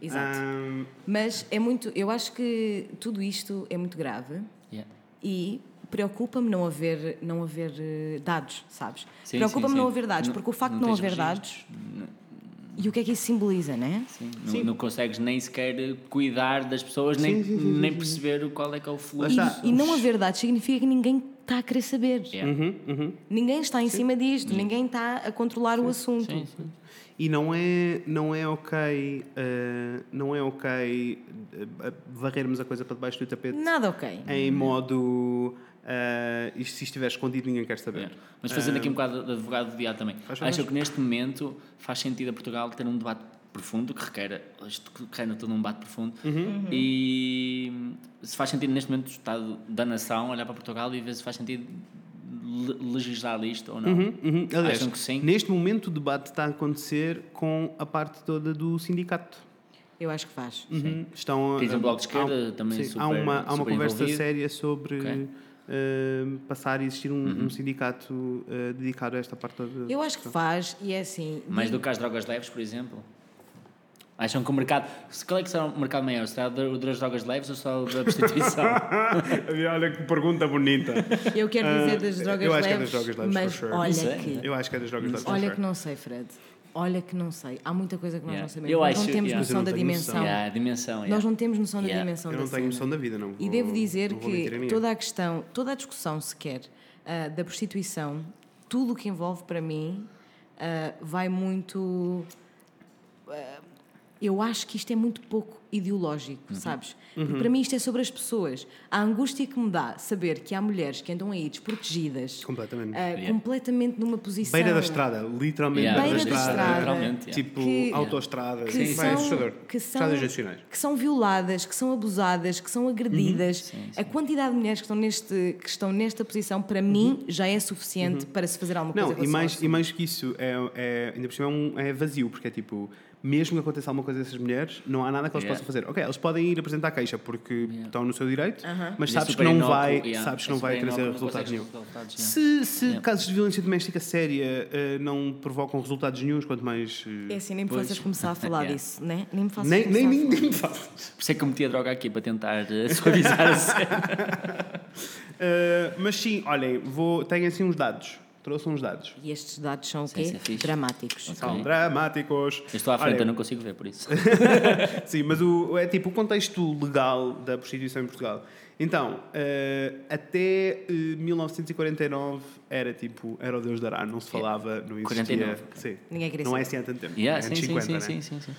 Exato. Ahm, Mas é muito, eu acho que tudo isto é muito grave Yeah. e preocupa-me não haver, não haver eh, dados, sabes? Sim, Preocupa-me sim, não sim. haver dados, Não- porque o facto de não não tens haver registros. dados E o que é que isso simboliza, né? Sim, não- Não, consegues nem sequer cuidar das pessoas, nem, sim, sim, tá. nem perceber o qual é que é o fluxo. Lá está. E, e não haver dados significa que ninguém está a querer saber. Yeah. uhum, Ninguém está em cima disto, ninguém está a controlar o assunto. Sim, sim. E não é, não é ok, eh, não é ok eh, varrermos a coisa para debaixo do tapete Nada ok. em modo eh, isto, se estiver escondido ninguém quer saber. Yeah. Mas fazendo aqui um bocado de advogado do diabo também, Eh, Faz favor. acho que neste momento faz sentido a Portugal ter um debate profundo que requer, isto que requer todo um debate profundo Uhum. e se faz sentido neste momento o Estado da Nação olhar para Portugal e ver se faz sentido le- legislar isto ou não. Uhum. Aliás, Acham que sim? neste momento o debate está a acontecer com a parte toda do sindicato. Eu acho que faz. Uhum. Estão a- Tens o Bloco de há um- Esquerda também sim, super- há uma, há uma super conversa envolvido. séria sobre Ok. eh, passar a existir um, um sindicato eh, dedicado a esta parte toda. Eu acho que faz e é assim. Mais do que as drogas leves, por exemplo. Acham que o mercado. se- Qual é que será o mercado maior? Será o da- o das drogas leves ou será o da [LAUGHS] prostituição? Olha que pergunta bonita. Eu quero dizer Ah, das eu drogas acho que é leves, das drogas leves, mas for sure. olha Não sei. [LAUGHS] que... Eu acho que é das drogas leves. Olha que não sei, Fred. Olha que não sei. Há muita coisa que nós Yeah. não sabemos. Eu nós acho- não temos yeah. Mas eu noção não da tenho noção. dimensão. yeah, a dimensão. Nós yeah. não temos noção da Yeah. dimensão Eu da não tenho cena. noção da vida, não. E devo dizer que toda a... a questão, toda a discussão sequer ah, da prostituição, tudo o que envolve para mim ah, vai muito. ah, eu acho que isto é muito pouco ideológico, Uhum. sabes? Porque para mim isto é sobre as pessoas. A angústia que me dá saber que há mulheres que andam aí desprotegidas, Completamente. ah, completamente numa posição. Beira da estrada, literalmente Yeah, beira beira da da estrada. estrada. Literalmente, yeah. Tipo, Que- autoestradas. que, Sim, são, vai, assustador. que são- Estradas nacionais. que são violadas, que são abusadas, que são Uhum. agredidas. A quantidade de mulheres que estão, neste, que estão nesta posição, para mim, já é suficiente para se fazer alguma Uhum. Não, coisa. em e mais, relação e mais que isso, é, é- ainda por cima é, um- é vazio, porque é tipo, mesmo que aconteça alguma coisa dessas mulheres, não há nada que elas possam Yeah. fazer. Ok, elas podem ir apresentar queixa porque estão no seu direito, mas E é sabes que super não inócuo, vai, yeah. sabes que É não vai super trazer inócuo, não resultados consegues nenhum. resultados, yeah. Se, se casos de violência doméstica séria eh, não provocam resultados nenhums, quanto mais. ao assunto. eh, É assim, nem me Pois. faças começar [LAUGHS] a falar Yeah. disso, né? nem me faças nem, começar nem, a nem, falar. nem fazes. Por isso é que eu meti a droga aqui para tentar eh, [LAUGHS] suavizar a cena. Eh, mas sim, olhem, vou, tenho assim uns dados. Trouxe uns dados. E estes dados são o Sim, isso quê? é fixe. Dramáticos. Ok. São dramáticos. Eu estou à frente, Olhem, eu não consigo ver por isso. Sim, mas o, é tipo o contexto legal da prostituição em Portugal. Então, eh, até eh, 1949 era tipo, era o Deus dará, não se falava, não existia. 49, Sim. Ninguém queria Não é saber. assim há tanto tempo. [LAUGHS] Yeah, é sim, anos sim, 50, sim, né? sim, sim, sim.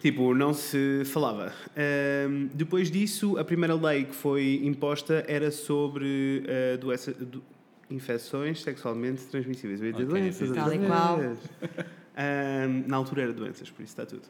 Tipo, não se falava. Ahm, depois disso, a primeira lei que foi imposta era sobre eh, doença- do- infecções sexualmente transmissíveis. Eu ia dizer Ok, doenças, sim. Tal e doenças. qual. Ahm, na altura era doenças, por isso está tudo.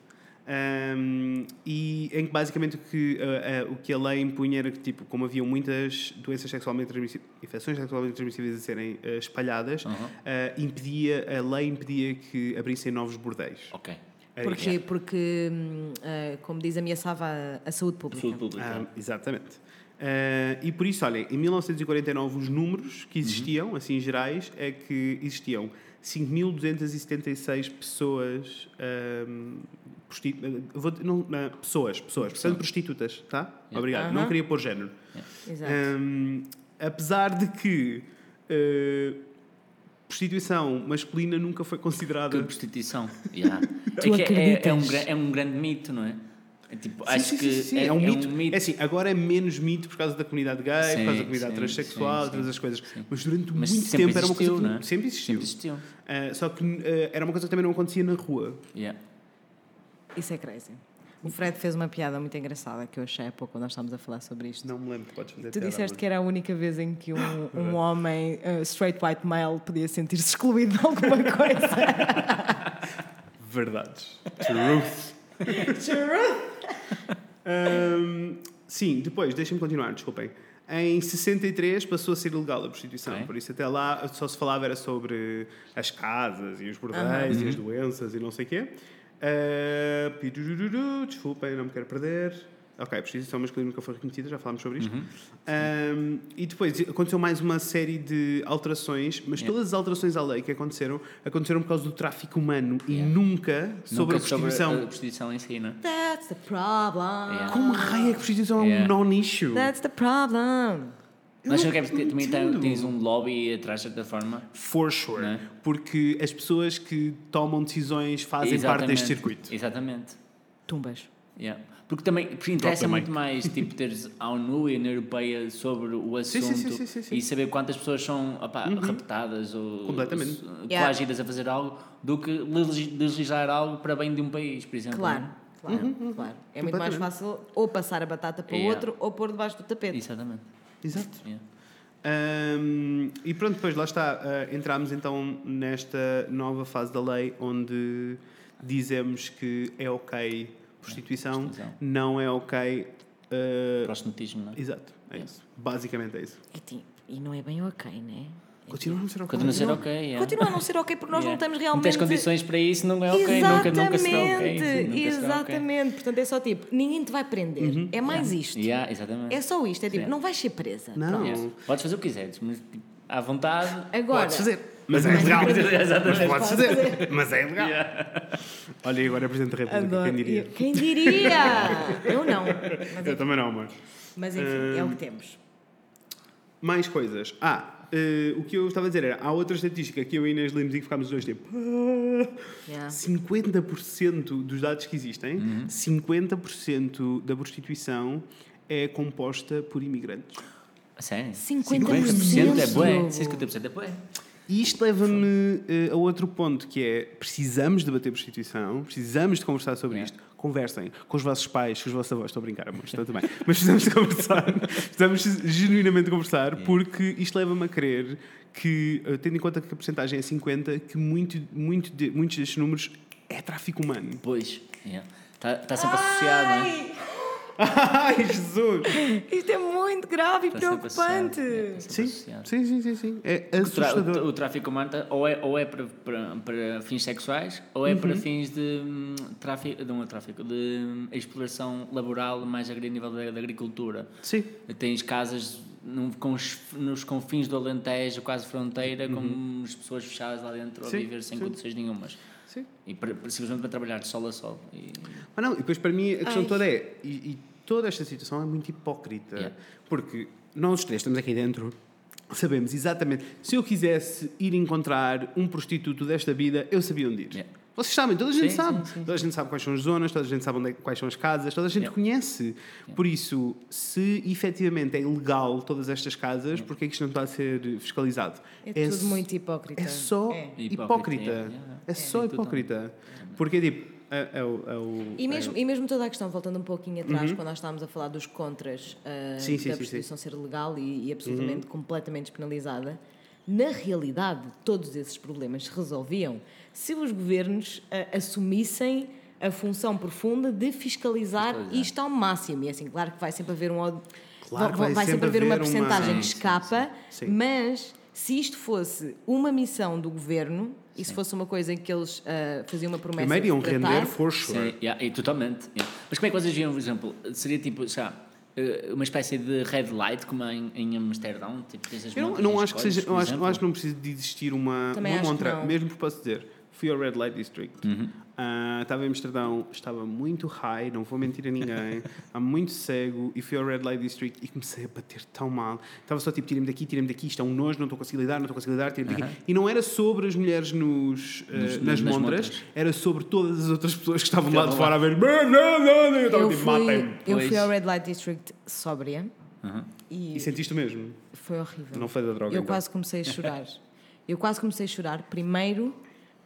Ahm, e em que basicamente o que, ah, ah, o que a lei impunha era que, tipo, como haviam muitas doenças sexualmente transmissíveis, infecções sexualmente transmissíveis a serem ah, espalhadas, ah, impedia, a lei impedia que abrissem novos bordéis. Ok. Era Porquê? Porque, hum, ah, como diz, ameaçava a, a saúde pública. Saúde pública. Ah, exatamente. Ah, e por isso, olhem, em 1949 os números que existiam, assim gerais, é que existiam 5.276 pessoas. ahm, prosti- ah, vou- não, ah, pessoas, pessoas, portanto prostitutas, tá? Obrigado, não queria pôr género. Exato. É. Ahm, apesar de que ah, prostituição masculina nunca foi considerada. Que prostituição. [LAUGHS] Yeah. Tu é, que é, é, um, acreditas? gra- é um grande mito, não é? É tipo, Sim, acho sim, que sim, sim, É, um mito. É um mito. É assim, agora é menos mito por causa da comunidade gay, por Sim, causa da comunidade sim, transexual, sim, todas sim. as coisas. Mas durante Mas muito sempre tempo era uma coisa existiu, que não é? sempre existiu. Sempre existiu. Ah, só que ah, era uma coisa que também não acontecia na rua. Yeah. Isso é crazy. O Fred fez uma piada muito engraçada que eu achei há pouco quando nós estávamos a falar sobre isto. Não me lembro, podes fazer Tu disseste que era a única vez em [LAUGHS] que um, um homem eh, straight white male podia sentir-se excluído de alguma [LAUGHS] coisa. Verdades. Truth. Ahm, sim, depois, deixem-me continuar, desculpem. Em 63 passou a ser legal a prostituição, Ok. por isso até lá só se falava era sobre as casas e os bordéis e as Uhum. doenças e não sei o quê. Ah, pirururu, desculpem, não me quero perder. Ok, a prostituição masculina nunca foi reconhecida, já falámos sobre Uhum. isto. Ahm, e depois aconteceu mais uma série de alterações, mas todas as alterações à lei que aconteceram, aconteceram por causa do tráfico humano Yeah. e nunca sobre Nunca a prostituição. a prostituição em si, não é? That's the problem. Yeah. Hum. Como raio é que prostituição é um Yeah. não nicho? That's the problem. Mas não queres que é também entendo. te- tens um lobby atrás, de certa forma? For sure. Né? Porque as pessoas que tomam decisões fazem parte deste circuito. Exatamente. Tumbas. Yeah. Porque também porque interessa também. muito mais [LAUGHS] tipo, teres a ONU e a União Europeia sobre o Sim, assunto sim, sim, sim, sim, sim. e saber quantas pessoas são opá, raptadas ou Completamente. s- Yeah. coagidas a fazer algo do que legis- legislar algo para bem de um país, por exemplo. Claro, né? claro, claro. É muito mais Completamente. fácil ou passar a batata para o Yeah. outro ou pôr debaixo do tapete. Exatamente. Exato. Yeah. Ahm, e pronto, depois lá está. ah, entramos então nesta nova fase da lei onde dizemos que é ok prostituição, Prostituição. não é ok. ah, Proxenetismo, não é? exato, é isso. Basicamente é isso. E, ti- e não é bem ok, né? Continuamos a ser ok. Continua a ser ok. Yeah. Continua a não ser ok porque nós não Yeah. estamos Não realmente. tens condições para isso, não é ok. Nunca, nunca será ok. Exatamente, Nunca será ok. Exatamente. Portanto, é só tipo, ninguém te vai prender. É mais isto. Yeah, exatamente. É só isto. É tipo, Sim. não vais ser presa. Não. Pronto. Yeah. Podes fazer o que quiseres, mas tipo, à vontade. Agora, Podes fazer, mas é legal. [LAUGHS] Exatamente. Mas podes Podes fazer, mas é legal. Olha, e agora é Presidente da República, quem diria? Quem diria? Eu não. Mas, é- Eu também não, mas. mas enfim, é o que temos. Mais coisas. Ah, eh, o que eu estava a dizer era: há outra estatística que eu e a Inês lemos e que ficámos os dois tipo. "Ah". Yeah. 50% dos dados que existem, 50% da prostituição é composta por imigrantes. A Sério? 50% é bué. Diogo. 50% é bué. E isto leva-me eh, a outro ponto que é precisamos debater prostituição, precisamos de conversar sobre Yeah. isto. Conversem com os vossos pais, com os vossos avós, estou a brincar, amor, estou também. Mas precisamos de [LAUGHS] conversar, precisamos genuinamente conversar, porque isto leva-me a crer que, eh, tendo em conta que a porcentagem é 50, que muito, muito de- muitos destes números é tráfico [LAUGHS] humano. Pois. Está É. Tá, sempre associado, não é? Ai, Ai, Jesus! Isto é muito grave e Tá sempre preocupante. associado, é, tá sempre Sim, associado. sim, sim, sim, sim. É O tra- o, assustador. tra- o tráfico humano tá- ou é, ou é para, para, para fins sexuais ou é Uhum. para fins de hum, tráfico, de, um tráfico, de hum, exploração laboral mais a grande nível da, da agricultura. Sim. Tens casas num- com os- nos confins do Alentejo, quase fronteira, com as pessoas fechadas lá dentro Uhum. Sim, a viver sem sim. condições nenhumas. Sim. E para, para- simplesmente para trabalhar de sol a sol. E- Mas Ah, não, e depois para mim a questão Ai. toda é, e, e toda esta situação é muito hipócrita, Yeah. porque nós os três estamos aqui dentro, sabemos exatamente, se eu quisesse ir encontrar um prostituto desta vida, eu sabia onde ir. Yeah. Vocês sabem, toda a gente Sim, sabe. sim, sim, toda a gente sabe quais são as zonas, toda a gente sabe onde é- quais são as casas, toda a gente Yeah. conhece. Por isso, se efetivamente é ilegal todas estas casas, porque é que isto não está a ser fiscalizado? É É tudo s- muito hipócrita. é só É. Hipócrita, hipócrita. é, é, é. É só É, hipócrita. Porque é tipo. É, é o, é o- E mesmo, é Uhum. e mesmo toda a questão, voltando um pouquinho atrás, quando nós estávamos a falar dos contras ah, Sim, sim, da sim, Uhum. prostituição ser legal e, e absolutamente, completamente despenalizada, na realidade, todos esses problemas se resolviam se os governos ah, assumissem a função profunda de fiscalizar isto ao máximo. E assim, claro que vai sempre haver um. od- Claro que vai, vai vai sempre sempre haver uma haver uma- percentagem que Sim, sim, escapa, sim. Sim. mas se isto fosse uma missão do governo. E se fosse uma coisa em que eles ah, faziam uma promessa Primeiro de iam tratar, render é? for sure. Sim, yeah, e totalmente. yeah. Mas como é que vocês viam, por exemplo, seria tipo, sei lá, eh, uma espécie de red light como há em, em Amsterdão? Tipo, tens as Eu não, montas não e acho que escolhes, seja. por Eu acho, eu exemplo? acho que não precisa de existir uma, Também uma acho que montra. não. Mesmo porque posso dizer, fui ao Red Light District. Uhum. Ah, estava em Amsterdão, estava muito high, não vou mentir a [LAUGHS] ninguém, há muito cego e fui ao Red Light District e comecei a bater tão mal. Estava só tipo, tirem-me daqui, tirem-me daqui, isto é um nojo, não estou a conseguir lidar, não estou a conseguir lidar, tirem-me daqui. E não era sobre as mulheres nos, ah, Nos- nas, nas montras, montras. era sobre todas as outras pessoas que estavam lá de Estavam fora a ver. "Não, não, não", Eu estava Eu tipo, fui, matem-me. eu Pois. fui ao Red Light District sóbria Aham. e E sentiste o mesmo? foi horrível. Não foi da droga, Eu então. quase comecei [LAUGHS] a chorar. eu quase comecei a chorar, primeiro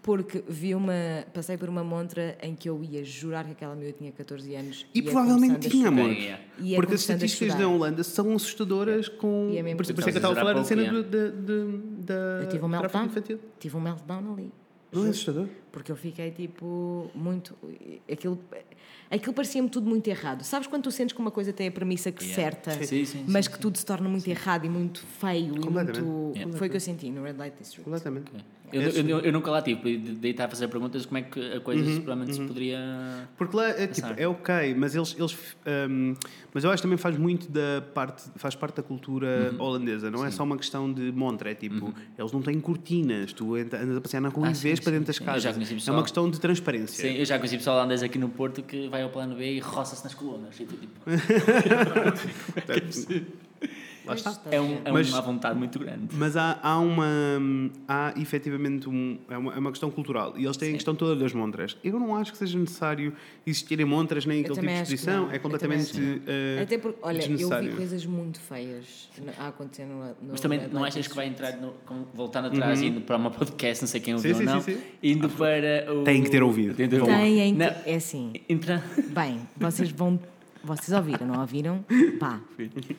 porque vi uma. Passei por uma montra em que eu ia jurar que aquela miúda tinha 14 anos. E ia provavelmente começando a tinha, chorar. amor. Yeah. E é Porque as começando a estatísticas chorar. da Holanda são assustadoras com. E é mesmo por, isso- por porque isso é que eu estava a estamos a falar da dizer há cena do, da, de- da Eu tive tráfico um meltdown. infantil. Tive um meltdown ali. Não é assustador? Porque eu fiquei tipo muito. Aquilo, aquilo parecia-me tudo muito errado. Sabes quando tu sentes que uma coisa tem a premissa que Yeah. certa, Sim. Sim, sim, mas sim, que tudo se torna muito errado e muito feio? E Completamente. muito... Yeah. Foi o que eu senti no Red Light District. Completamente. É. Eu, eu, eu, eu nunca lá tive, e de- daí está a fazer perguntas de como é que a coisa Uhum, seguramente se poderia. Porque lá é, tipo, Passar. é ok, mas eles. eles hum, mas eu acho que também faz muito da parte. faz parte da cultura Uhum. holandesa, não é só uma questão de montra, é tipo, eles não têm cortinas, tu entra- andas a passear na rua Ah, e sim, vês para sim, dentro das sim. Eu já casas. conheci É pessoal- uma questão de transparência. Sim, eu já conheci pessoal holandês aqui no Porto que [LAUGHS] vai ao plano B e roça-se nas colunas. E tu, tipo, Portanto, [LAUGHS] Lá está. É, um, é Mas- uma vontade muito grande. Mas há, há uma. Há efetivamente um, é, uma, é uma questão cultural. E eles têm a questão toda das montras. Eu não acho que seja necessário existirem montras nem aquele tipo também de acho que exposição. não. É Eu também acho completamente. que eh, Até porque, olha, eu desnecessário. vi coisas muito feias no- a acontecer no, no Mas também Red não Light achas que vai District. entrar, no, como voltando atrás, indo para uma podcast, não sei quem ouviu Uhum. Sim, ou sim, não, sim, sim. indo para o... Tem que ter ouvido. Tem que ter Tem, ouvido. é assim. Não, entra- Bem, vocês vão. Vocês ouviram, não ouviram? [LAUGHS] Pá. E-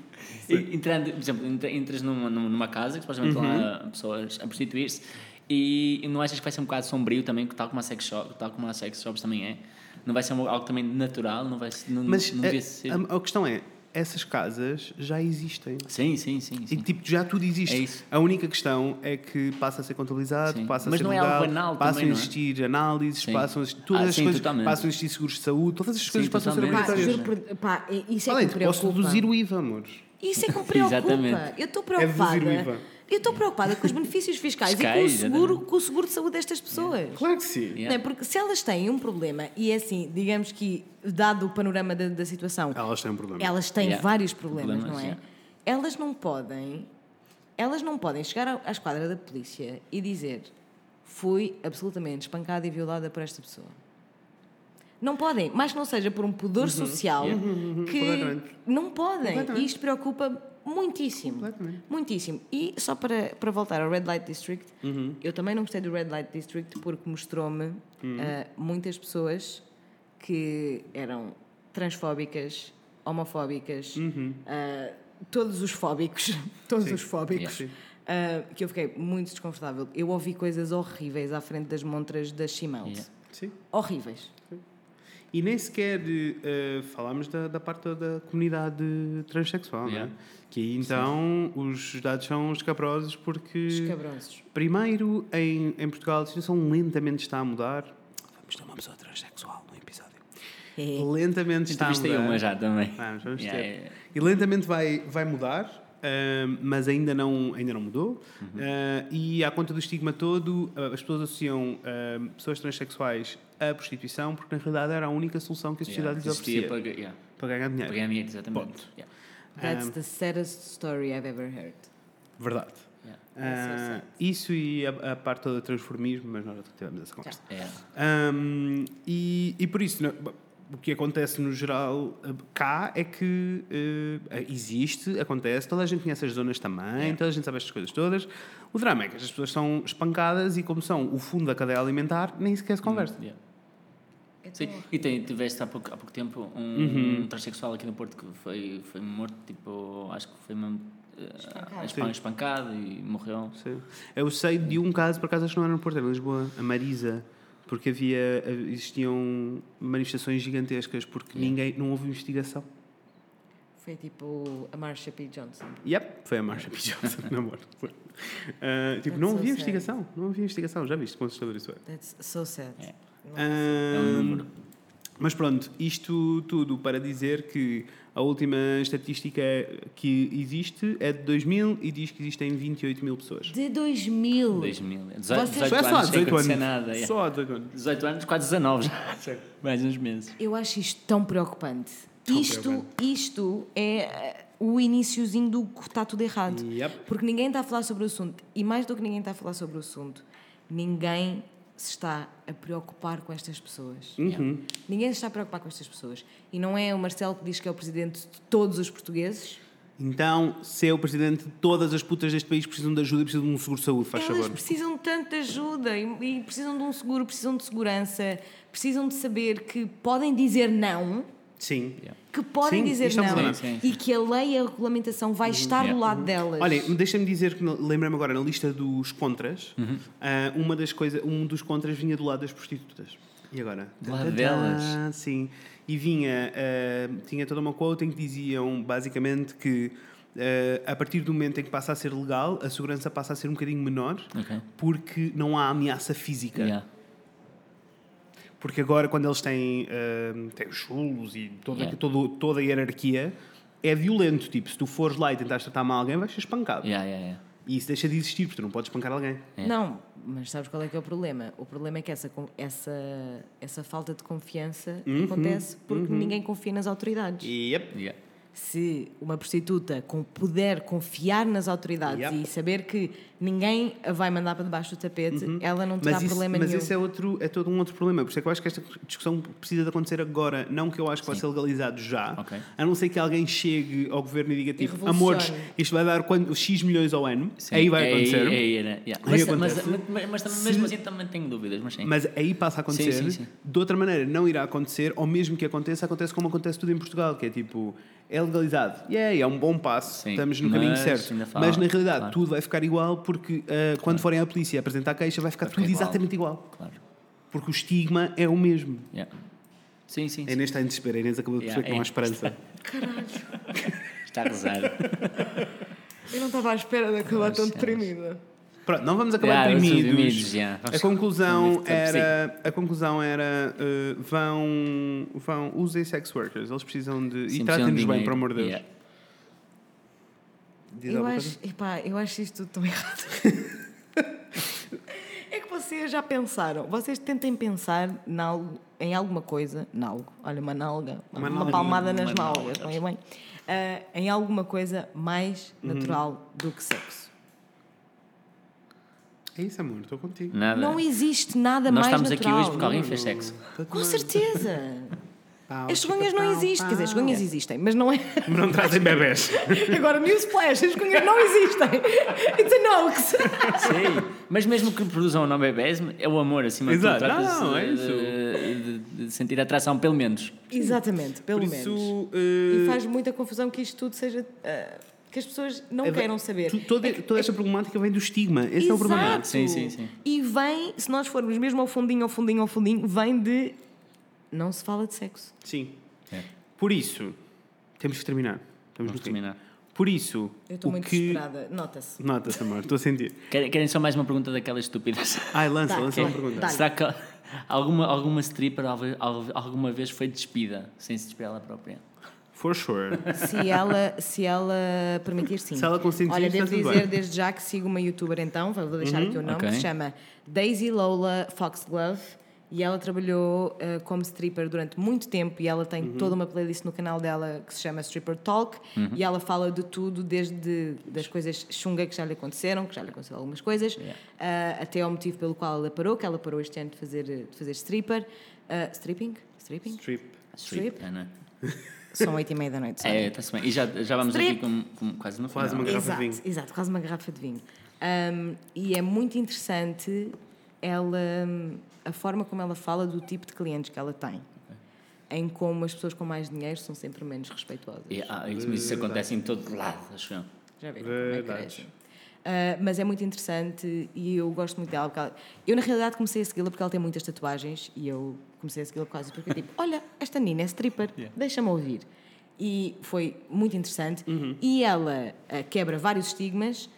[LAUGHS] Entrando, por exemplo, entra- entras numa, numa- numa casa que supostamente Uhum. lá pessoas a prostituir-se e e não achas que vai ser um bocado sombrio também, que tal como a sex, shop, tal como a sex shops também é? Não vai ser um- algo também natural? Não vai ser- não, Mas não eh, devia ser. a, a questão é: essas casas já existem. Sim, sim, sim. E sim. tipo, já tudo existe. É isso. A única questão é que passa a ser contabilizado, Sim. passa a Mas ser não é algo legal, banal passam também, a não é? existir análises, Sim. passam a existir todas Ah, as sim, coisas, totalmente. passam a existir seguros de saúde, todas essas coisas passam totalmente. Ah, a ser Pá, obrigatórias. juro por, pá, isso é Além que me de, posso preocupa. reduzir o IVA, amores. Isso [LAUGHS] é que me preocupa. Exatamente. Eu estou É reduzir preocupada. o IVA. eu estou preocupada com os benefícios fiscais e com o, Fiscais, seguro, exatamente. com o seguro de saúde destas pessoas. Claro que sim. Não é? Porque se elas têm um problema, e é assim, digamos que, dado o panorama da, da situação, Elas têm um problema. elas têm Yeah. vários problemas, Problemas, não é? yeah. Elas não podem, elas não podem chegar ao- à esquadra da polícia e dizer fui absolutamente espancada e violada por esta pessoa. Não podem, mais que não seja por um pudor social yeah. que Uhum. Completamente. não podem. Completamente. E isto preocupa muitíssimo. Completamente. Muitíssimo. E só para, para voltar ao Red Light District, Uhum. eu também não gostei do Red Light District porque mostrou-me Uhum. ah, muitas pessoas que eram transfóbicas, homofóbicas, Uhum. ah, todos os fóbicos, [LAUGHS] todos os fóbicos. Yeah. Sim. ah, que eu fiquei muito desconfortável. Eu ouvi coisas horríveis à frente das montras das She-Mount. Yeah. Sim. Horríveis. E nem sequer eh, falámos da, da parte da comunidade transexual, Yeah. não é? Que aí então os dados são escabrosos porque. Escabrosos. Primeiro, em, em Portugal, a situação lentamente está a mudar. Vamos ter uma pessoa transexual no episódio. É. Lentamente está a Entrevistei mudar. uma já também. Vamos, eh, Ah, vamos Yeah, ter. yeah. E lentamente vai, vai mudar, ahm, mas ainda não, ainda não mudou. Uhum. Ah, e à conta do estigma todo, ah, as pessoas associam ahm, pessoas transexuais à prostituição, porque na realidade era a única solução que a sociedade lhes Existia oferecia para, para- ganhar yeah, dinheiro. para ganhar dinheiro, exatamente. Ponto. Yeah. [LAUGHS] um, That's the saddest story I've ever heard. Verdade. Yeah. Ah, isso e a, a parte toda do transformismo, mas nós já tivemos essa conversa. Yeah. Hum, e, e por isso, não- o que acontece no geral eh, cá é que eh, existe, acontece, toda a gente conhece as zonas também, toda a gente sabe estas coisas todas. O drama é que as pessoas são espancadas e, como são o fundo da cadeia alimentar, nem sequer se conversa. Yeah. Sim, e tem, tiveste há pouco, há pouco tempo um, Uhum. um transexual aqui no Porto que foi, foi morto, tipo, acho que foi mesmo eh, espan- Sim. espancado e morreu. Sim. Eu sei de um caso, por acaso acho que não era no Porto, era em Lisboa, a Marisa, porque havia, existiam manifestações gigantescas porque ninguém, não houve investigação. Foi tipo a Marsha P. Johnson. Yep, foi a [LAUGHS] Marsha P. Johnson, na morte. Ah, tipo, That's não so havia sad. investigação, não havia investigação, já viste quão assustador isso é. That's so sad. Yeah. É um Ah, número. mas pronto, isto tudo para dizer que a última estatística que existe é de 2000 e diz que existem 28 mil Ah. pessoas. De 2000. 2000. 18, Vocês- 18 Só é anos, só há anos, 18 anos. anos. Nada, é. yeah. Só há 18 anos. 18 anos, quase 19 já. [LAUGHS] Mais uns meses. Eu acho isto tão preocupante. isto, preocupante. isto é eh, o iniciozinho do que está tudo errado. Yep. Porque ninguém está a falar sobre o assunto. E mais do que ninguém está a falar sobre o assunto, ninguém se está a preocupar com estas pessoas. Uhum. Ninguém se está a preocupar com estas pessoas. E não é o Marcelo que diz que é o presidente de todos os portugueses. Então, se é o presidente de todas as putas deste país precisam de ajuda e precisam de um seguro de saúde, É faz Elas favor. precisam de tanta ajuda e, e precisam de um seguro, precisam de segurança, precisam de saber que podem dizer não, Sim. que podem Sim, dizer isto é um não problema. Sim, e que a lei e a regulamentação vai estar do Yeah. lado delas. Olha, deixa-me dizer que lembrei-me agora na lista dos contras, ah, uma das coisas, um dos contras vinha do lado das prostitutas. E agora? Do lado Tadá, delas? Sim. E vinha, ah, tinha toda uma quote em que diziam basicamente que ah, a partir do momento em que passa a ser legal, a segurança passa a ser um bocadinho menor Ok. porque não há ameaça física. Yeah. Porque agora, quando eles têm, ah, têm os chulos e toda, Yeah. todo- toda a hierarquia, é violento. Tipo, se tu fores lá e tentares tratar mal alguém, vais ser espancado. Yeah, yeah, yeah. E isso deixa de existir, porque tu não podes espancar alguém. Não, mas sabes qual é que é o problema? O problema é que essa, con- essa, Uhum. essa falta de confiança acontece porque ninguém confia nas autoridades. Yep. Yeah. se uma prostituta com puder confiar nas autoridades Yep. e saber que ninguém a vai mandar para debaixo do tapete, ela não terá Uhum. Mas, isso, problema mas nenhum. isso é, outro, é todo um outro problema. Por isso é que eu acho que esta discussão precisa de acontecer agora. Não que eu acho que vai ser legalizado já, Ok. a não ser que alguém chegue ao governo e diga tipo: revolucione. amores, isto vai dar quando, X milhões ao ano. Sim, aí vai é- acontecer. é- é- é- yeah. Aí Mas, mas, acontece. mas- mas- mas também- mesmo assim também tenho dúvidas, mas sim. Mas aí passa a acontecer. Sim, sim, sim. De outra maneira, não irá acontecer, ou mesmo que aconteça, acontece como acontece tudo em Portugal, que é tipo, é legalizado. Yeah, é um bom passo, Sim, estamos no mas caminho certo. ainda falta, Mas na realidade, claro. tudo vai ficar igual, porque ah, quando forem à polícia apresentar queixa, vai ficar Vai ficar tudo igual. exatamente igual. Claro. Porque o estigma é o mesmo. Yeah. Sim, sim, A sim. Inês está em desespero, a Inês acabou de Yeah, é. perceber que não há esperança. [LAUGHS] Está a rezar. é- Eu não estava à espera de acabar tão deprimida. Pronto, não vamos acabar Yeah, deprimidos. vamos deprimidos, yeah. A Vamos- conclusão vamos- era, a conclusão era eh, vão, vão, usem sex workers, eles precisam de. [LAUGHS] Sim, e precisam de tratem-nos bem, dinheiro. pelo amor de Deus. Yeah. Diz Eu alguma acho, epá, eu acho isto tudo tão [LAUGHS] errado. é que vocês já pensaram, vocês tentem pensar em algo, em alguma coisa, nalgo, olha, uma nalga, Uma uma, nalga. palmada Uma nas nalga. nalgas, bem, bem. Ah, em alguma coisa mais Uhum. natural do que sexo. É isso, amor, estou contigo. Nada. Não existe nada mais Nós estamos natural. aqui hoje porque alguém fez sexo. Tá Com certeza! As cegonhas não existem, quer dizer, as Ah. cegonhas existem, mas não é. [LAUGHS] Não trazem bebés. Agora, newsflash, as cegonhas não existem! It's a [LAUGHS] hoax! Sim, mas mesmo que produzam ou não bebés, é o amor acima Exato. de tudo. Trata-se Não, é de- De, de sentir atração, pelo menos. Exatamente, pelo Por menos. isso. E eh, faz muita confusão que isto tudo seja. ah, que as pessoas não é- queiram saber. tu- toda, toda esta problemática vem do estigma. Esse é o problema. é Exato. Sim, sim, sim. E vem, se nós formos mesmo ao fundinho, ao fundinho, ao fundinho, vem de. Não se fala de sexo. Sim. É. Por isso, temos que terminar. Temos Vamos que terminar. Por isso. Eu estou o muito que... desesperada, nota-se. Nota-se, amor, estou a sentir. Querem, querem só mais uma pergunta daquelas estúpidas? Ai, lança, Tá, lança uma ok. pergunta. Dá-lhe. Será que alguma, alguma stripper alve- alve- alguma vez foi despida sem se despir ela própria? For sure. Se ela, se ela permitir, sim. Se ela consentir, Olha, está devo tudo dizer bem. desde já que sigo uma youtuber então, vou vou deixar aqui o nome, ok. que se chama Daisy Lola Foxglove. E ela trabalhou eh, como stripper durante muito tempo e ela tem Uhum. toda uma playlist no canal dela que se chama Stripper Talk e ela fala de tudo, desde das coisas chunga que já lhe aconteceram, que já lhe aconteceram algumas coisas, ah, até ao motivo pelo qual ela parou, que ela parou este ano de fazer, de fazer stripper. Ah, stripping? Stripping? Strip. Strip, é, não é? São oito e meia da noite. sabe? É, está-se bem. E já, já vamos aqui Strip. com, com quase no final. Quase uma garrafa de exato, vinho. Exato, quase uma garrafa de vinho. Um, e é muito interessante ela, a forma como ela fala do tipo de clientes que ela tem. Em como as pessoas com mais dinheiro são sempre menos respeitosas. E, ah, isso, mas isso acontece em todo lado, acho eu. Já viram como é que Verdade. crescem. Ah, mas é muito interessante e eu gosto muito dela. Porque ela- eu, na realidade, comecei a segui-la porque ela tem muitas tatuagens e eu comecei a segui-la por causa porque eu tipo, olha, esta Nina é stripper, deixa-me ouvir. E foi muito interessante. E ela ah, quebra vários estigmas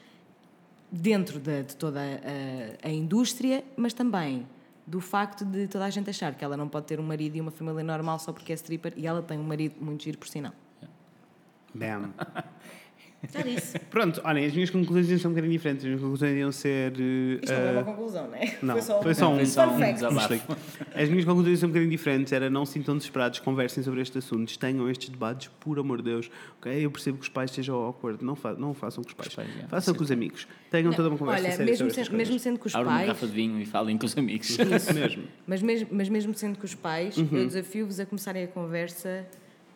dentro da- de, toda a, a indústria, mas também do facto de toda a gente achar que ela não pode ter um marido e uma família normal só porque é stripper e ela tem um marido muito giro, por sinal. [LAUGHS] Bam. Já disse. Pronto, olhem, as minhas conclusões são um bocadinho diferentes. As minhas conclusões iam ser. eh, Isto não é eh, uma conclusão, não é? Não, um- foi só um- Foi só um Fun fact. desabafo. As minhas conclusões são um bocadinho diferentes. Era não se sintam desesperados, conversem sobre este assunto, tenham estes debates, por amor de Deus. ok? Eu percebo que os pais estejam awkward. Não, fa não o façam com os pais. pais, é. Façam com os amigos. Tenham toda uma conversa Olha, séria mesmo sobre estas sendo, mesmo sendo que os Abre uma pais. garrafa de vinho e falem com os amigos. coisas. Isso mesmo. Mas mesmo, mas mesmo sendo que os pais, Uhum. eu desafio-vos a começarem a conversa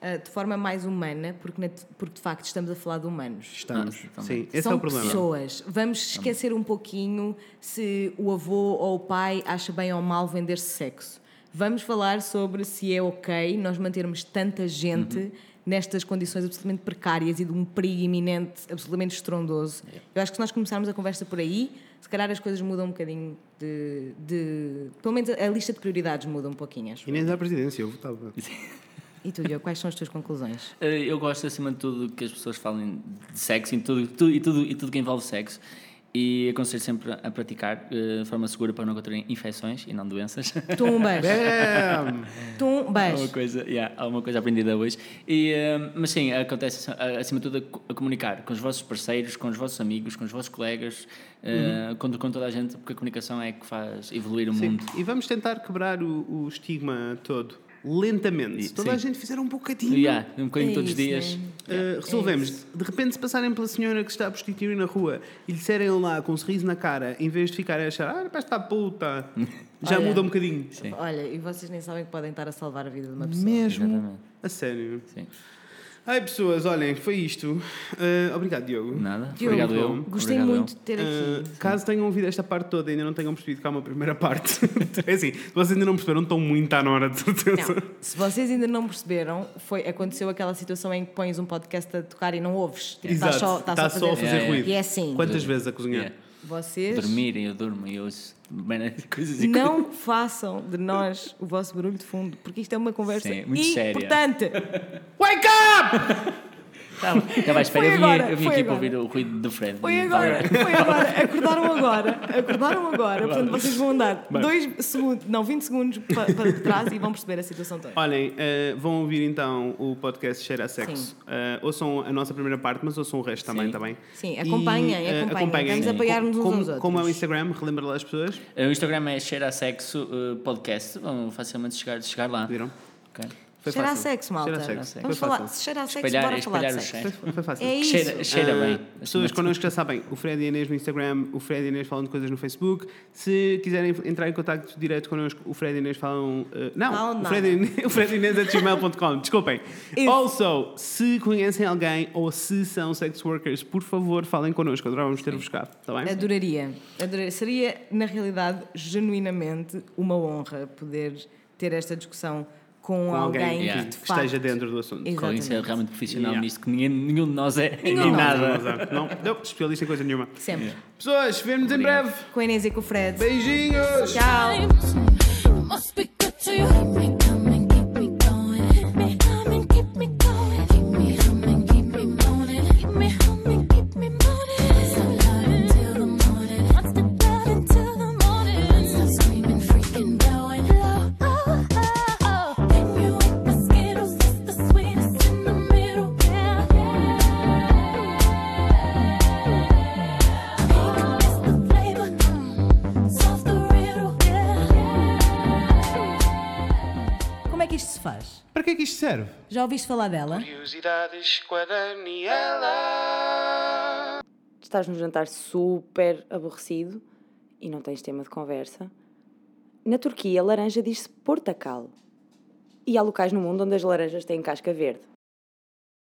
ah, de forma mais humana, porque, na- porque de facto estamos a falar de humanos. Estamos. Ah, então. Sim, esse São é o problema. Tá pessoas. Vamos esquecer um pouquinho se o avô ou o pai acha bem ou mal vender sexo. Vamos falar sobre se é ok nós mantermos tanta gente Uhum. nestas condições absolutamente precárias e de um perigo iminente absolutamente estrondoso. Eu acho que se nós começarmos a conversa por aí, se calhar as coisas mudam um bocadinho de. de- pelo menos a, a lista de prioridades muda um pouquinho, acho. E nem da presidência, eu votava. [LAUGHS] E tu, Diogo, quais são as tuas conclusões? Eh, Eu gosto, acima de tudo, que as pessoas falem de sexo em tudo, tu- e, tudo, e tudo que envolve sexo. E aconselho sempre a praticar eh, de forma segura para não contrair infecções e não doenças. [LAUGHS] Tumbas! É. Bam! Há uma Tumbas! coisa, yeah, há uma coisa aprendida hoje. E, eh, mas sim, acontece ah, acima de tudo a co- a, comunicar com os vossos parceiros, com os vossos amigos, com os vossos colegas, eh, Uhum. com, com toda a gente, porque a comunicação é que faz evoluir o Sim. mundo. E vamos tentar quebrar o, o estigma todo. lentamente. Se toda sim. a gente fizer um bocadinho, Yeah, um bocadinho É todos os isso, dias. né? Uh, resolvemos. de repente, se passarem pela senhora que se está a prostituir na rua e lhe disserem lá com um sorriso na cara, em vez de ficarem a achar, ah, rapaz, está puta, já Olha. muda um bocadinho. Olha, e vocês nem sabem que podem estar a salvar a vida de uma pessoa. Mesmo. Exatamente. A sério. Sim. Ai, pessoas, olhem, foi isto. Uh, obrigado, Diogo. Nada. Diogo, Obrigado eu. Gostei Obrigado eu. Eh. muito de ter aqui. Uh, caso tenham ouvido esta parte toda e ainda não tenham percebido que há uma primeira parte, [LAUGHS] é assim, se vocês ainda não perceberam, estão muito à hora de certeza. Não, se vocês ainda não perceberam, foi, aconteceu aquela situação em que pões um podcast a tocar e não ouves. Tipo, Exato, Estás só, estás Tá está só a fazer Yeah, yeah. ruído. E é assim. Quantas vezes a cozinhar? Yeah. Vocês Dormirem, eu durmo e ouço bem- coisas e coisas. não façam de nós o vosso barulho de fundo, porque isto é uma conversa Sim, muito séria. importante. Wake up! Tá bom. Já vais, espera, Foi eu vim, agora, eu vim foi aqui para agora. ouvir o ruído do Fred. Foi Tá agora, bem. foi agora, acordaram agora, acordaram agora, portanto vocês vão andar dois segundos, não, 20 segundos pa- para, trás e vão perceber a situação toda. Olhem, eh, vão ouvir então o podcast Cheira a Sexo. Sim. Eh, ouçam a nossa primeira parte, mas ouçam o resto também, Sim. está bem? Sim, acompanhem, E, eh, acompanhem, vamos apoiar-nos uns como, aos outros. Como é o Instagram, relembra lá as pessoas. O Instagram é Cheira a Sexo eh, Podcast. Vão facilmente chegar, chegar Ah. lá. Viram? Ok. cheira a fácil. sexo, Cheira malta. a sexo. Vamos Foi falar, fácil. se cheira a sexo, Espalhar- bora falar espalhar de o sexo. Foi, foi fácil. É Que isso. Cheira, cheira Ah, bem. Pessoas connosco já sabem, o Fred e a Inês no Instagram, o Fred e a Inês falam de coisas no Facebook. Se quiserem entrar em contato direto connosco, o Fred e a Inês falam. eh, não, Falam o, nada. Fred e a Inês, [LAUGHS] o Fred e a Inês é gmail.com, desculpem. Isso. Also, se conhecem alguém ou se são sex workers, por favor, falem connosco, adorávamos ter-vos cá, está É bem? Adoraria, adoraria. Seria, na realidade, genuinamente uma honra poder ter esta discussão com, Com alguém, alguém que, Yeah. de que facto, esteja dentro do assunto. Exato. Com isso é Exatamente. realmente profissional Yeah. nisto, que ninguém, nenhum de nós é em Nenhum de nós nada. Não, não, especialista em coisa nenhuma. Sempre. Pessoas, vemos em Obrigado. breve. Com a Inês e com o Fred. Beijinhos! Tchau. Must be good to you. Hit me, come and keep me going. Hit me, come and keep me going. Keep me humming, keep me moaning. Keep me humming, keep me moaning. It's not loud until the morning. What's the doubt until the morning? It's not screaming, freaking, blowing. Blow, oh, oh, oh. Hit me with the skittles. It's the sweetest in the middle. Yeah, yeah. Bacon is the flavor. Solve the riddle. yeah. Como é que isto se faz? Para que é que isto serve? Já ouviste falar dela? Curiosidades com a Daniela. estás num jantar super aborrecido e não tens tema de conversa. Na Turquia, laranja diz-se portacal. E há locais no mundo onde as laranjas têm casca verde.